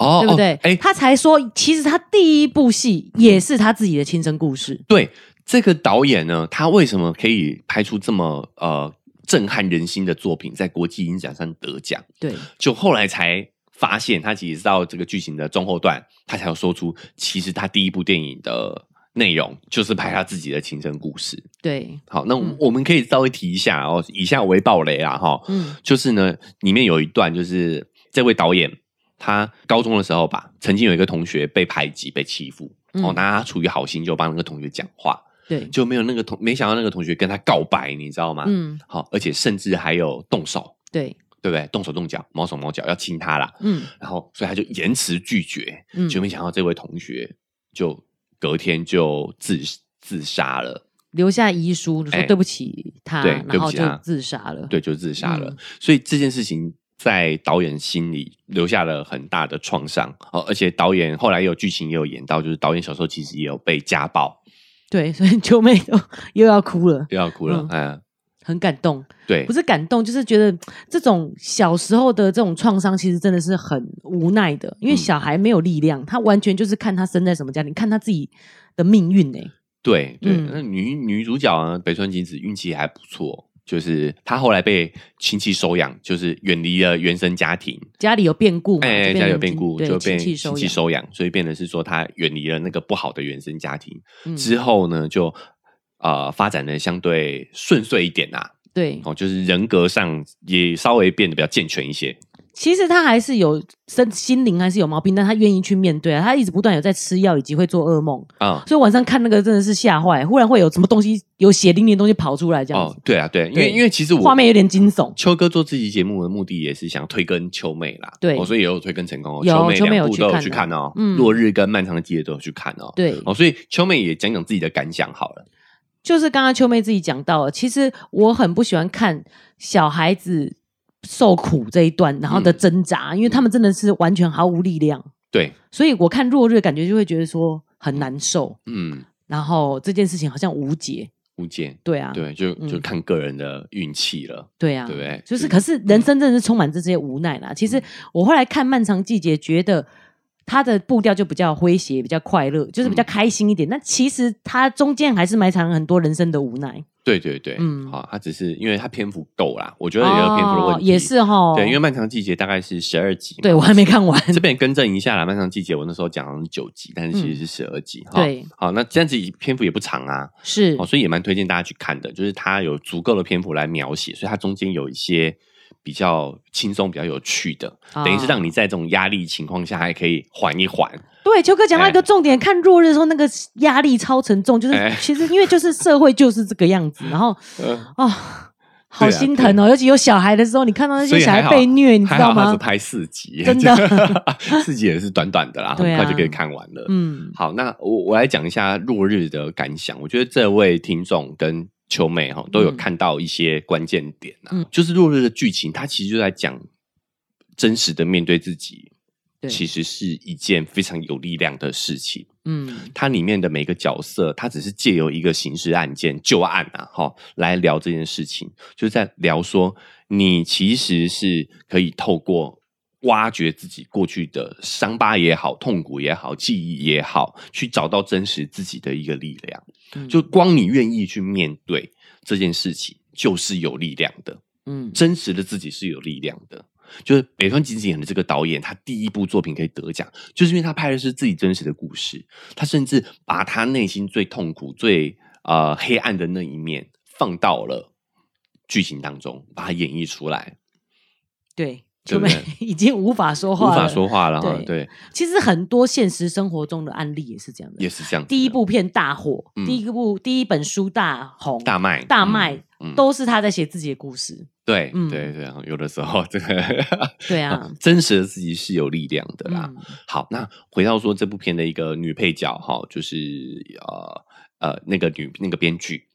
[SPEAKER 1] 哦，
[SPEAKER 2] 对不对？
[SPEAKER 1] 哦哎、
[SPEAKER 2] 他才说，其实他第一部戏也是他自己的亲身故事，
[SPEAKER 1] 对这个导演呢，他为什么可以拍出这么呃震撼人心的作品，在国际影展上得奖？
[SPEAKER 2] 对
[SPEAKER 1] 就后来才发现，他其实是到这个剧情的中后段，他才有说出，其实他第一部电影的内容就是拍他自己的亲身故事。
[SPEAKER 2] 对，
[SPEAKER 1] 好，那我
[SPEAKER 2] 嗯
[SPEAKER 1] 我们可以稍微提一下哦，以下为暴雷啦哈，
[SPEAKER 2] 嗯
[SPEAKER 1] 就是呢，里面有一段就是这位导演。他高中的时候吧，曾经有一个同学被排挤、被欺负，
[SPEAKER 2] 嗯
[SPEAKER 1] 哦，那他出于好心就帮那个同学讲话，
[SPEAKER 2] 对，
[SPEAKER 1] 就没有那个同，没想到那个同学跟他告白，你知道吗？
[SPEAKER 2] 嗯
[SPEAKER 1] 好，而且甚至还有动手，
[SPEAKER 2] 对，
[SPEAKER 1] 对不对？动手动脚，毛手毛脚要亲他啦。
[SPEAKER 2] 嗯
[SPEAKER 1] 然后，所以他就延迟拒绝，
[SPEAKER 2] 嗯，
[SPEAKER 1] 就没想到这位同学就隔天就自自杀了，
[SPEAKER 2] 留下遗书说
[SPEAKER 1] 哎
[SPEAKER 2] 对不起他，
[SPEAKER 1] 对对
[SPEAKER 2] 然
[SPEAKER 1] 不
[SPEAKER 2] 后
[SPEAKER 1] 起
[SPEAKER 2] 就
[SPEAKER 1] 他
[SPEAKER 2] 自杀了，
[SPEAKER 1] 对，就自杀了。
[SPEAKER 2] 嗯
[SPEAKER 1] 所以这件事情在导演心里留下了很大的创伤。哦，而且导演后来也有剧情也有演到，就是导演小时候其实也有被家暴，
[SPEAKER 2] 对，所以九妹都 (laughs) 又要哭了，
[SPEAKER 1] 又要哭了
[SPEAKER 2] 嗯，
[SPEAKER 1] 嗯，
[SPEAKER 2] 很感动。
[SPEAKER 1] 对
[SPEAKER 2] 不，是感动，就是觉得这种小时候的这种创伤，其实真的是很无奈的，因为
[SPEAKER 1] 嗯
[SPEAKER 2] 小孩没有力量，他完全就是看他生在什么家庭，看他自己的命运呢、
[SPEAKER 1] 对对，
[SPEAKER 2] 嗯
[SPEAKER 1] 那女女主角呢，北村景子运气还不错，就是她后来被亲戚收养，就是远离了原生家庭，
[SPEAKER 2] 家里有变故嘛，
[SPEAKER 1] 哎，
[SPEAKER 2] 就变
[SPEAKER 1] 家有
[SPEAKER 2] 成
[SPEAKER 1] 变
[SPEAKER 2] 亲
[SPEAKER 1] 故
[SPEAKER 2] 对
[SPEAKER 1] 就
[SPEAKER 2] 亲
[SPEAKER 1] 被
[SPEAKER 2] 戚
[SPEAKER 1] 亲
[SPEAKER 2] 收
[SPEAKER 1] 戚
[SPEAKER 2] 养。
[SPEAKER 1] 收养，所以变得是说她远离了那个不好的原生家庭
[SPEAKER 2] 嗯
[SPEAKER 1] 之后呢，就呃发展的相对顺遂一点呐、啊，
[SPEAKER 2] 对，
[SPEAKER 1] 哦，就是人格上也稍微变得比较健全一些，
[SPEAKER 2] 其实他还是有身心灵还是有毛病，但他愿意去面对啊。他一直不断有在吃药，以及会做噩梦，
[SPEAKER 1] 啊、
[SPEAKER 2] 所以晚上看那个真的是吓坏，忽然会有什么东西有血淋淋的东西跑出来这样
[SPEAKER 1] 哦
[SPEAKER 2] 子，，
[SPEAKER 1] 对啊，对，因为
[SPEAKER 2] 对
[SPEAKER 1] 因为其实我
[SPEAKER 2] 画面有点惊悚。
[SPEAKER 1] 秋哥做这期节目的目的也是想推跟秋妹啦，
[SPEAKER 2] 对
[SPEAKER 1] 哦、所以也有推跟成功哦。
[SPEAKER 2] 有
[SPEAKER 1] 秋妹
[SPEAKER 2] 秋妹
[SPEAKER 1] 两
[SPEAKER 2] 有
[SPEAKER 1] 部
[SPEAKER 2] 去
[SPEAKER 1] 都有
[SPEAKER 2] 看
[SPEAKER 1] 去
[SPEAKER 2] 哦
[SPEAKER 1] 看哦，
[SPEAKER 2] 嗯
[SPEAKER 1] 落日跟漫长的季节都有去看哦。
[SPEAKER 2] 对，
[SPEAKER 1] 哦，所以秋妹也讲讲自己的感想好了。
[SPEAKER 2] 就是刚刚秋妹自己讲到了，其实我很不喜欢看小孩子受苦这一段，然后的挣扎，
[SPEAKER 1] 嗯
[SPEAKER 2] 因为他们真的是完全毫无力量，
[SPEAKER 1] 对，
[SPEAKER 2] 所以我看落日感觉就会觉得说很难受，
[SPEAKER 1] 嗯，
[SPEAKER 2] 然后这件事情好像无解，
[SPEAKER 1] 吴健，
[SPEAKER 2] 对啊，
[SPEAKER 1] 对，就就
[SPEAKER 2] 嗯
[SPEAKER 1] 看个人的运气了。
[SPEAKER 2] 对啊，
[SPEAKER 1] 对不对嗯
[SPEAKER 2] 就是
[SPEAKER 1] 对
[SPEAKER 2] 可是人生真的是充满这些无奈
[SPEAKER 1] 嗯
[SPEAKER 2] 啦。其实我后来看《漫长季节》，觉得。他的步调就比较诙谐，比较快乐，就是
[SPEAKER 1] 嗯
[SPEAKER 2] 比较开心一点。那、其实他中间还是埋藏了很多人生的无奈，
[SPEAKER 1] 对对对，嗯，
[SPEAKER 2] 嗯哦
[SPEAKER 1] 好、他只是因为他篇幅够啦，我觉得也有篇幅的问题，
[SPEAKER 2] 也是哈。
[SPEAKER 1] 对，因为漫长季节大概是十二集嘛，
[SPEAKER 2] 对我还没看完，
[SPEAKER 1] 这边更正一下啦，漫长季节我那时候讲的是九集，但是其实是十二集哈。
[SPEAKER 2] 对，
[SPEAKER 1] 好，那这样子篇幅也不长啊，
[SPEAKER 2] 是
[SPEAKER 1] 哦，所以也蛮推荐大家去看的，就是它有足够的篇幅来描写，所以它中间有一些比较轻松、比较有趣的，
[SPEAKER 2] 啊
[SPEAKER 1] 等于是让你在这种压力情况下还可以缓一缓。
[SPEAKER 2] 对，秋哥讲到一个重点，看落日的时候那个压力超沉重，就是、
[SPEAKER 1] 哎
[SPEAKER 2] 其实因为就是社会就是这个样子，然后
[SPEAKER 1] 呃，(laughs)
[SPEAKER 2] 哦，
[SPEAKER 1] 对
[SPEAKER 2] 好
[SPEAKER 1] 啊
[SPEAKER 2] 心疼哦，尤其有小孩的时候，你看到那
[SPEAKER 1] 所
[SPEAKER 2] 些
[SPEAKER 1] 以
[SPEAKER 2] 小
[SPEAKER 1] 还
[SPEAKER 2] 孩
[SPEAKER 1] 好
[SPEAKER 2] 被虐，你知
[SPEAKER 1] 还
[SPEAKER 2] 道
[SPEAKER 1] 好它只
[SPEAKER 2] 吗？
[SPEAKER 1] 拍四集，
[SPEAKER 2] 真的，
[SPEAKER 1] (laughs) 四集也是短短的啦，很
[SPEAKER 2] 对啊
[SPEAKER 1] 快就可以看完了。
[SPEAKER 2] 嗯，
[SPEAKER 1] 好，那我我来讲一下落日的感想。我觉得这位听众跟秋妹哈都有
[SPEAKER 2] 嗯
[SPEAKER 1] 看到一些关键点啊，
[SPEAKER 2] 嗯
[SPEAKER 1] 就是落日的剧情，它其实就在讲真实的面对自己，
[SPEAKER 2] 对
[SPEAKER 1] 其实是一件非常有力量的事情。
[SPEAKER 2] 嗯，
[SPEAKER 1] 它里面的每个角色，它只是借由一个刑事案件旧案啊，哈，来聊这件事情，就是在聊说你其实是可以透过挖掘自己过去的伤疤也好、痛苦也好、记忆也好，去找到真实自己的一个力量。
[SPEAKER 2] 嗯
[SPEAKER 1] 就光你愿意去面对这件事情，就是有力量的。
[SPEAKER 2] 嗯
[SPEAKER 1] 真实的自己是有力量的。就是北川景子演的这个导演，他第一部作品可以得奖，就是因为他拍的是自己真实的故事，他甚至把他内心最痛苦、最呃黑暗的那一面放到了剧情当中，把它演绎出来，
[SPEAKER 2] 对，
[SPEAKER 1] 对
[SPEAKER 2] 秋
[SPEAKER 1] 不
[SPEAKER 2] 妹
[SPEAKER 1] 对
[SPEAKER 2] (laughs) 已经无法说
[SPEAKER 1] 无
[SPEAKER 2] 话
[SPEAKER 1] 法
[SPEAKER 2] 了，
[SPEAKER 1] 说话了哈。
[SPEAKER 2] 对
[SPEAKER 1] 对，
[SPEAKER 2] 其实很多现实生活中的案例也是这样的
[SPEAKER 1] 也。是这样子的。
[SPEAKER 2] 第一部片大火，
[SPEAKER 1] 嗯
[SPEAKER 2] 第一部第一本书大红，
[SPEAKER 1] 大卖，
[SPEAKER 2] 大卖
[SPEAKER 1] 嗯，嗯，
[SPEAKER 2] 都是他在写自己的故事。
[SPEAKER 1] 对
[SPEAKER 2] 嗯
[SPEAKER 1] 对对，有的时候这个 (laughs)
[SPEAKER 2] 对啊，
[SPEAKER 1] 真实的自己是有力量的啦。
[SPEAKER 2] 嗯
[SPEAKER 1] 好，那回到说这部片的一个女配角哈，就是呃呃那个女那个编剧，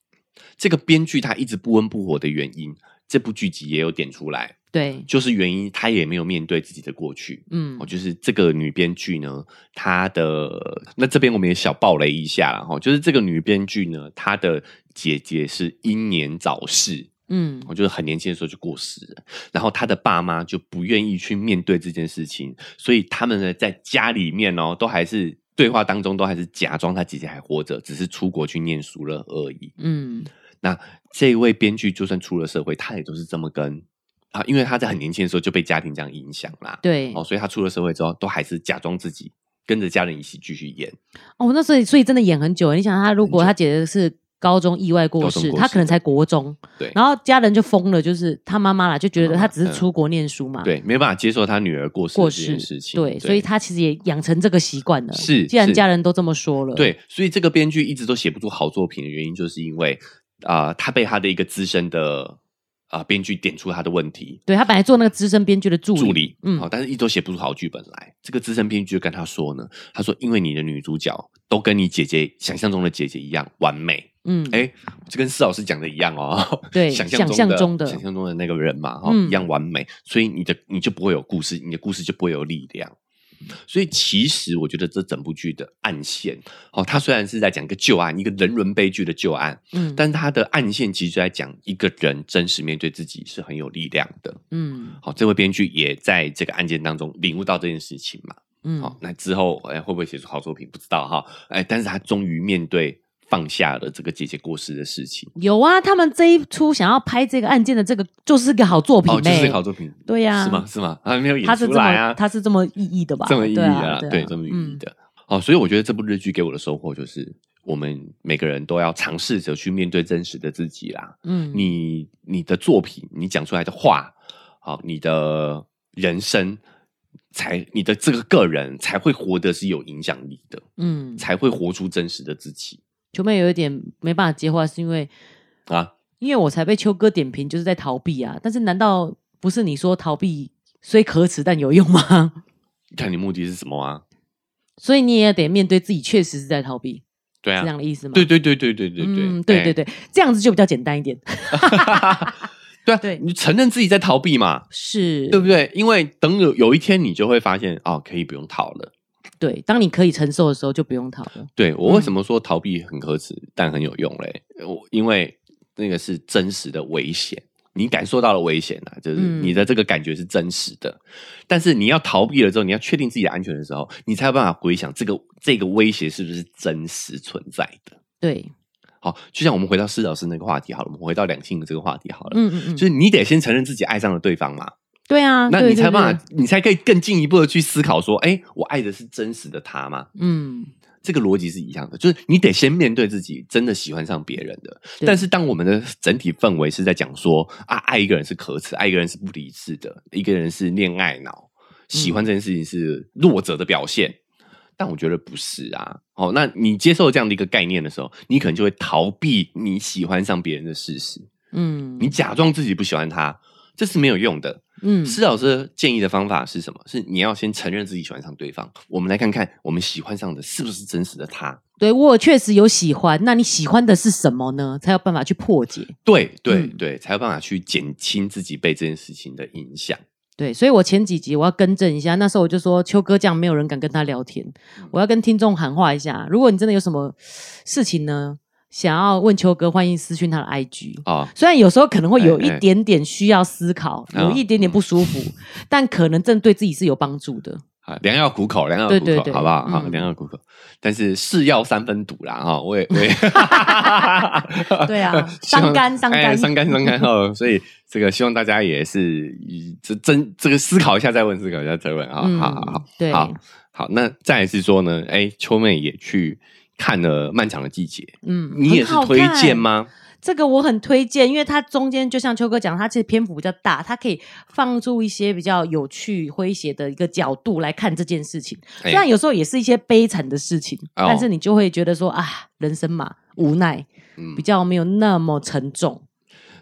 [SPEAKER 1] 这个编剧他一直不温不火的原因，这部剧集也有点出来，
[SPEAKER 2] 对，
[SPEAKER 1] 就是原因他也没有面对自己的过去。
[SPEAKER 2] 嗯
[SPEAKER 1] 哦，，就是这个女编剧呢，她的那这边我们也小爆雷一下啦，哈，就是这个女编剧呢，她的姐姐是英年早逝，
[SPEAKER 2] 嗯，
[SPEAKER 1] 我就是很年轻的时候就过世了，然后他的爸妈就不愿意去面对这件事情，所以他们呢在家里面哦，都还是对话当中都还是假装他姐姐还活着，只是出国去念书了而已。
[SPEAKER 2] 嗯，
[SPEAKER 1] 那这位编剧就算出了社会，他也都是这么跟啊，因为他在很年轻的时候就被家庭这样影响啦，
[SPEAKER 2] 对，
[SPEAKER 1] 哦，所以他出了社会之后，都还是假装自己跟着家人一起继续演。
[SPEAKER 2] 哦，那所以所以真的演很久。你想，他如果
[SPEAKER 1] 很久
[SPEAKER 2] 他姐姐是高中意外过
[SPEAKER 1] 高中
[SPEAKER 2] 世，
[SPEAKER 1] 过
[SPEAKER 2] 他
[SPEAKER 1] 世
[SPEAKER 2] 可能才国中，
[SPEAKER 1] 对
[SPEAKER 2] 然后家人就疯了，就是他妈妈啦，就觉得
[SPEAKER 1] 妈妈
[SPEAKER 2] 他只是
[SPEAKER 1] 嗯
[SPEAKER 2] 出国念书嘛，
[SPEAKER 1] 对，没有办法接受他女儿过世
[SPEAKER 2] 过
[SPEAKER 1] 的这件
[SPEAKER 2] 世
[SPEAKER 1] 事情，
[SPEAKER 2] 对，所以他其实也养成这个习惯了。
[SPEAKER 1] 是
[SPEAKER 2] 既然
[SPEAKER 1] 是
[SPEAKER 2] 家人都这么说了，，
[SPEAKER 1] 对，所以这个编剧一直都写不出好作品的原因，就是因为啊、他被他的一个资深的啊、编剧点出他的问题，
[SPEAKER 2] 对他本来做那个资深编剧的助理，
[SPEAKER 1] 助理，
[SPEAKER 2] 嗯
[SPEAKER 1] 嗯，好，但是一直都写不出好剧本来。这个资深编剧就跟他说呢，他说因为你的女主角都跟你姐姐想象中的姐姐一样完美，
[SPEAKER 2] 嗯，
[SPEAKER 1] 哎，这跟施老师讲的一样哦，
[SPEAKER 2] 对
[SPEAKER 1] (laughs) 想
[SPEAKER 2] 想
[SPEAKER 1] 象
[SPEAKER 2] 象
[SPEAKER 1] 中的
[SPEAKER 2] 中的
[SPEAKER 1] 想象中的那个人嘛，哈、
[SPEAKER 2] 嗯
[SPEAKER 1] 一样完美，所以你的你就不会有故事，你的故事就不会有力量。所以其实我觉得这整部剧的暗线，哦，它虽然是在讲一个旧案，一个人伦悲剧的旧案，
[SPEAKER 2] 嗯，
[SPEAKER 1] 但它的暗线其实在讲一个人真实面对自己是很有力量的。哦
[SPEAKER 2] 嗯
[SPEAKER 1] 好、这位编剧也在这个案件当中领悟到这件事情嘛。
[SPEAKER 2] 嗯，
[SPEAKER 1] 好、那之后哎会不会写出好作品不知道哈，哎，但是他终于面对放下了这个姐姐过世的事情。
[SPEAKER 2] 有啊，他们这一出想要拍这个案件的这个就是个好作品、欸，
[SPEAKER 1] 哦，就是这个好作品，
[SPEAKER 2] 对呀、
[SPEAKER 1] 是吗？？是吗？啊，没有演
[SPEAKER 2] 他是
[SPEAKER 1] 出
[SPEAKER 2] 这
[SPEAKER 1] 来
[SPEAKER 2] 么
[SPEAKER 1] 啊，
[SPEAKER 2] 他是这么意义的吧？
[SPEAKER 1] 这么意义的啊，
[SPEAKER 2] 啊
[SPEAKER 1] 对，这么意义。的。哦，所以我觉得这部日剧给我的收获就是，我们每个人都要尝试着去面对真实的自己啦。
[SPEAKER 2] 嗯，嗯
[SPEAKER 1] 你你的作品，你讲出来的话，好、你的人生才，你的这个个人才会活得是有影响力的，
[SPEAKER 2] 嗯，
[SPEAKER 1] 才会活出真实的自己
[SPEAKER 2] 球妹有一点没办法接话，是因为
[SPEAKER 1] 啊。
[SPEAKER 2] 因为我才被秋哥点评，就是在逃避啊。但是难道不是你说逃避虽可耻但有用吗？
[SPEAKER 1] 看你目的是什么啊？
[SPEAKER 2] 所以你也得面对自己确实是在逃避，
[SPEAKER 1] 对
[SPEAKER 2] 是这样
[SPEAKER 1] 啊，
[SPEAKER 2] 的意思吗？
[SPEAKER 1] 对对对对对对哎对，
[SPEAKER 2] 嗯，对对对，这样子就比较简单一点。
[SPEAKER 1] 对啊，
[SPEAKER 2] 对
[SPEAKER 1] 你承认自己在逃避嘛，
[SPEAKER 2] 是，
[SPEAKER 1] 对不对？因为等有有一天你就会发现，哦，可以不用逃了。
[SPEAKER 2] 对当你可以承受的时候，就不用逃了。
[SPEAKER 1] 对我为
[SPEAKER 2] 嗯
[SPEAKER 1] 什么说逃避很可耻，但很有用嘞？我因为那个是真实的危险，你感受到了危险啊，就是
[SPEAKER 2] 嗯
[SPEAKER 1] 你的这个感觉是真实的。但是你要逃避了之后，你要确定自己的安全的时候，你才有办法回想这个这个威胁是不是真实存在的。
[SPEAKER 2] 对，
[SPEAKER 1] 好，就像我们回到施老师那个话题好了，我们回到两性的这个话题好了，
[SPEAKER 2] 嗯嗯嗯，
[SPEAKER 1] 就是你得先承认自己爱上了对方嘛。
[SPEAKER 2] 对啊，
[SPEAKER 1] 那
[SPEAKER 2] 对
[SPEAKER 1] 你才
[SPEAKER 2] 对
[SPEAKER 1] 办法
[SPEAKER 2] 对，
[SPEAKER 1] 你才可以更进一步的去思考说，哎、我爱的是真实的他吗？
[SPEAKER 2] 嗯，
[SPEAKER 1] 这个逻辑是一样的，就是你得先面对自己真的喜欢上别人的。
[SPEAKER 2] 对
[SPEAKER 1] 但是当我们的整体氛围是在讲说啊，爱一个人是可耻，爱一个人是不理智的，一个人是恋爱脑，喜
[SPEAKER 2] 嗯
[SPEAKER 1] 欢这件事情是弱者的表现。但我觉得不是啊，哦，那你接受这样的一个概念的时候，你可能就会逃避你喜欢上别人的事实，
[SPEAKER 2] 嗯
[SPEAKER 1] 你假装自己不喜欢他，这是没有用的。
[SPEAKER 2] 嗯
[SPEAKER 1] 施老师建议的方法是什么？是你要先承认自己喜欢上对方。我们来看看我们喜欢上的是不是真实的他。
[SPEAKER 2] 对我确实有喜欢，那你喜欢的是什么呢？才有办法去破解。
[SPEAKER 1] 对对、
[SPEAKER 2] 嗯
[SPEAKER 1] 对，才有办法去减轻自己被这件事情的影响。
[SPEAKER 2] 对，所以我前几集我要更正一下，那时候我就说秋哥这样没有人敢跟他聊天，我要跟听众喊话一下，如果你真的有什么事情呢，想要问秋哥，欢迎私讯他的 IG。
[SPEAKER 1] 啊！
[SPEAKER 2] 虽然有时候可能会有
[SPEAKER 1] 哎
[SPEAKER 2] 一
[SPEAKER 1] 哎
[SPEAKER 2] 点点需要思考，
[SPEAKER 1] 啊嗯
[SPEAKER 2] 有一点点不舒服，但可能真的对自己是有帮助的。
[SPEAKER 1] 啊，良药苦口，良药苦
[SPEAKER 2] 对
[SPEAKER 1] 口，
[SPEAKER 2] 对对
[SPEAKER 1] 好不好？好，
[SPEAKER 2] 嗯
[SPEAKER 1] 良药苦口。但是是药三分毒啦，哈，我也我也，
[SPEAKER 2] (laughs) 对啊
[SPEAKER 1] (laughs) 希望
[SPEAKER 2] 伤肝伤肝
[SPEAKER 1] 哎伤肝，伤肝哈。所以这个希望大家也是以这真这个思考一下再问，思考一下再问啊。好好好，，
[SPEAKER 2] 嗯对，
[SPEAKER 1] 好好，那再来是说呢，哎，秋妹也去看了《漫长的季节》，
[SPEAKER 2] 嗯，
[SPEAKER 1] 你也是
[SPEAKER 2] 很好
[SPEAKER 1] 推荐
[SPEAKER 2] 看？
[SPEAKER 1] 吗？
[SPEAKER 2] 这个我很推荐，因为它中间就像秋哥讲，它其实篇幅比较大，它可以放出一些比较有趣、诙谐的一个角度来看这件事情。
[SPEAKER 1] 哎
[SPEAKER 2] 虽然有时候也是一些悲惨的事情，
[SPEAKER 1] 哦
[SPEAKER 2] 但是你就会觉得说啊，人生嘛，无奈
[SPEAKER 1] 嗯
[SPEAKER 2] 比较没有那么沉重。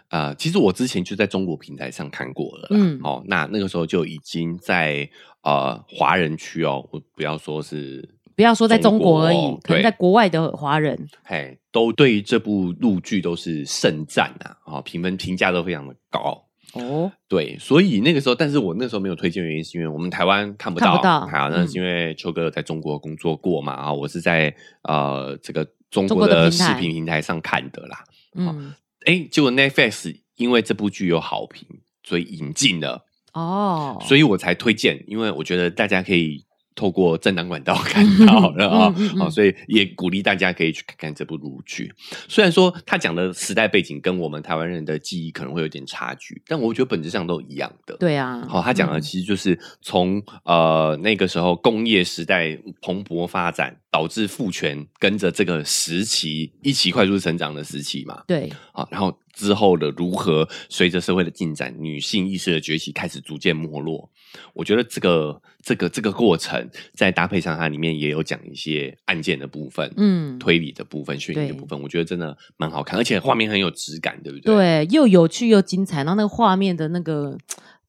[SPEAKER 1] 啊、其实我之前就在中国平台上看过了，
[SPEAKER 2] 嗯
[SPEAKER 1] 嗯，哦，那那个时候就已经在呃华人区哦，我不要说是
[SPEAKER 2] 不要说在中国而已
[SPEAKER 1] 中国，哦
[SPEAKER 2] 可能
[SPEAKER 1] 对
[SPEAKER 2] 在国外的华人，
[SPEAKER 1] 嘿，都对于这部陆剧都是盛赞啊，啊、评分评价都非常的高。
[SPEAKER 2] 哦，
[SPEAKER 1] 对，所以那个时候，但是我那时候没有推荐，原因是因为我们台湾看不到，
[SPEAKER 2] 看不到
[SPEAKER 1] 好，那
[SPEAKER 2] 嗯
[SPEAKER 1] 是因为秋哥有在中国工作过嘛，啊，我是在呃这个中
[SPEAKER 2] 中
[SPEAKER 1] 国
[SPEAKER 2] 国的
[SPEAKER 1] 的
[SPEAKER 2] 平
[SPEAKER 1] 视
[SPEAKER 2] 台
[SPEAKER 1] 频平台上看的啦。
[SPEAKER 2] 嗯，
[SPEAKER 1] 哎，结果 Netflix 因为这部剧有好评，所以引进了，
[SPEAKER 2] 哦，
[SPEAKER 1] 所以我才推荐，因为我觉得大家可以透过正当管道 (laughs) 看到了啊、
[SPEAKER 2] 嗯嗯嗯
[SPEAKER 1] 好所以也鼓励大家可以去看看这部陆剧。虽然说他讲的时代背景跟我们台湾人的记忆可能会有点差距，但我觉得本质上都一样的。
[SPEAKER 2] 对啊，
[SPEAKER 1] 好、他讲的
[SPEAKER 2] 嗯
[SPEAKER 1] 其实就是从、呃那个时候工业时代蓬勃发展，导致父权跟着这个时期一起快速成长的时期嘛。
[SPEAKER 2] 对，
[SPEAKER 1] 好，然后之后的如何随着社会的进展，女性意识的崛起开始逐渐没落。我觉得这个这个这个过程，再搭配上它里面也有讲一些案件的部分、
[SPEAKER 2] 嗯，
[SPEAKER 1] 推理的部分、悬疑的
[SPEAKER 2] 对
[SPEAKER 1] 部分，我觉得真的蛮好看，而且画面很有质感，对不对？
[SPEAKER 2] 对，又有趣又精彩，然后那个画面的那个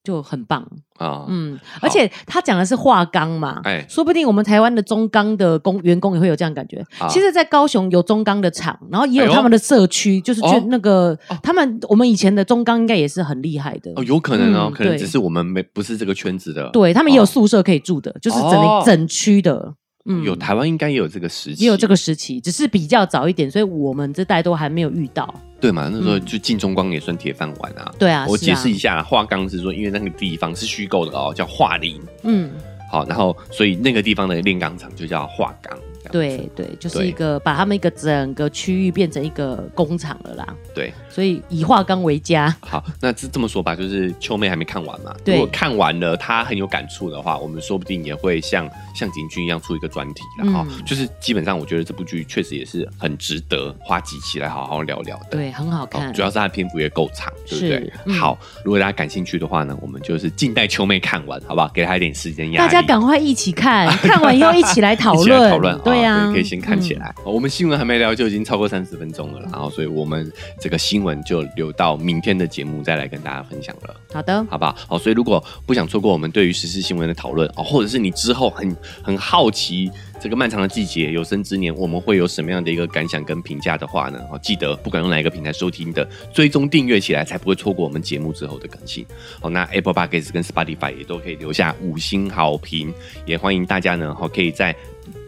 [SPEAKER 2] 就很棒，
[SPEAKER 1] 啊，
[SPEAKER 2] 嗯，而且他讲的是化钢嘛，
[SPEAKER 1] 哎
[SPEAKER 2] 说不定我们台湾的中钢的工员工也会有这样感觉。
[SPEAKER 1] 啊
[SPEAKER 2] 其实，在高雄有中钢的厂，然后也
[SPEAKER 1] 哎
[SPEAKER 2] 有
[SPEAKER 1] 呦
[SPEAKER 2] 他们的社区，就是
[SPEAKER 1] 哦
[SPEAKER 2] 就那个、
[SPEAKER 1] 哦
[SPEAKER 2] 他们我们以前的中钢应该也是很厉害的。
[SPEAKER 1] 哦，有可能哦，
[SPEAKER 2] 嗯
[SPEAKER 1] 可能
[SPEAKER 2] 对
[SPEAKER 1] 只是我们没不是这个圈子的，
[SPEAKER 2] 对他们也有
[SPEAKER 1] 哦
[SPEAKER 2] 宿舍可以住的，就是整、
[SPEAKER 1] 哦
[SPEAKER 2] 整区的，嗯，
[SPEAKER 1] 有台湾应该也有这个时期，
[SPEAKER 2] 也有这个时期，只是比较早一点，所以我们这代都还没有遇到。
[SPEAKER 1] 对嘛？那时候
[SPEAKER 2] 嗯
[SPEAKER 1] 就进中光也算铁饭碗啊。
[SPEAKER 2] 对啊，
[SPEAKER 1] 我解释一
[SPEAKER 2] 下，
[SPEAKER 1] 下，画冈是说，因为那个地方是虚构的哦，叫画林。
[SPEAKER 2] 嗯，
[SPEAKER 1] 好，然后所以那个地方的炼钢厂就叫化钢，这样子
[SPEAKER 2] 对对，就是
[SPEAKER 1] 对
[SPEAKER 2] 一个把他们一个整个区域变成一个工厂了啦，
[SPEAKER 1] 对。
[SPEAKER 2] 所以以化钢为家。
[SPEAKER 1] 好，那这这么说吧，就是秋妹还没看完嘛。
[SPEAKER 2] 对
[SPEAKER 1] 如果看完了，她很有感触的话，我们说不定也会像像景君一样出一个专题啦。
[SPEAKER 2] 嗯
[SPEAKER 1] 哈、就是基本上我觉得这部剧确实也是很值得花几期来好好聊聊的。
[SPEAKER 2] 对，很好
[SPEAKER 1] 哦
[SPEAKER 2] 看。
[SPEAKER 1] 主要是它的篇幅也够长，对不对
[SPEAKER 2] 是？嗯
[SPEAKER 1] 好，如果大家感兴趣的话呢，我们就是静待秋妹看完，好不好？给她一点时间压
[SPEAKER 2] 大
[SPEAKER 1] 力。
[SPEAKER 2] 家赶快一
[SPEAKER 1] (laughs)
[SPEAKER 2] 起看，看完以后一起来讨
[SPEAKER 1] 一起来
[SPEAKER 2] 论，
[SPEAKER 1] 讨论，哦
[SPEAKER 2] 对呀、
[SPEAKER 1] 可以先看起
[SPEAKER 2] 嗯。
[SPEAKER 1] 来。哦我们新闻还没聊就已经超过三十分钟了，然后所以我们这个新闻就留到明天的节目再来跟大家分享了，
[SPEAKER 2] 嗯好的，
[SPEAKER 1] 好不好？好，所以如果不想错过我们对于时事新闻的讨论哦，或者是你之后很很好奇这个漫长的季节、有生之年我们会有什么样的一个感想跟评价的话呢？哦，记得不管用哪一个平台收听的，追踪订阅起来，才不会错过我们节目之后的更新。好，那 Apple Podcast 跟 Spotify 也都可以留下五星好评，也欢迎大家呢，哦好可以在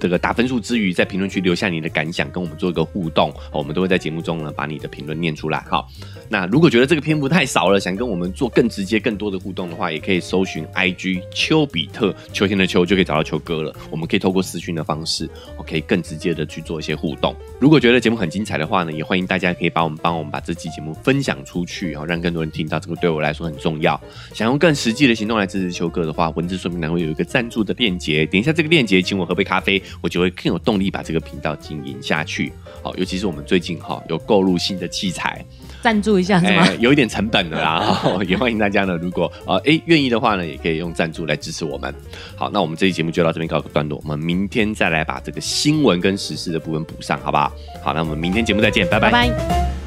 [SPEAKER 1] 这个打分数之余，在评论区留下你的感想，跟我们做一个互动，好我们都会在节目中呢把你的评论念出来。好，那如果觉得这个篇幅太少了，想跟我们做更直接、更多的互动的话，也可以搜寻 IG 丘比特秋天的秋，就可以找到秋哥了。我们可以透过私讯的方式，我可以更直接的去做一些互动。如果觉得节目很精彩的话呢，也欢迎大家可以把我们帮我们把这期节目分享出去，然后让更多人听到，这个对我来说很重要。想用更实际的行动来支持秋哥的话，文字说明栏会有一个赞助的链接，点一下这个链接，请我喝杯咖啡，我就会更有动力把这个频道经营下去。好，尤其是我们最近哈、有购入新的器材，
[SPEAKER 2] 赞助一下是吗？
[SPEAKER 1] 哎有一点成本了啦， (laughs) 哈也欢迎大家呢，如果呃哎愿意的话呢，也可以用赞助来支持我们。好，那我们这期节目就到这边告一个段落，我们明天再来把这个新闻跟时事的部分补上，好不好？好，那我们明天节目再见，拜
[SPEAKER 2] 拜
[SPEAKER 1] 拜
[SPEAKER 2] 拜。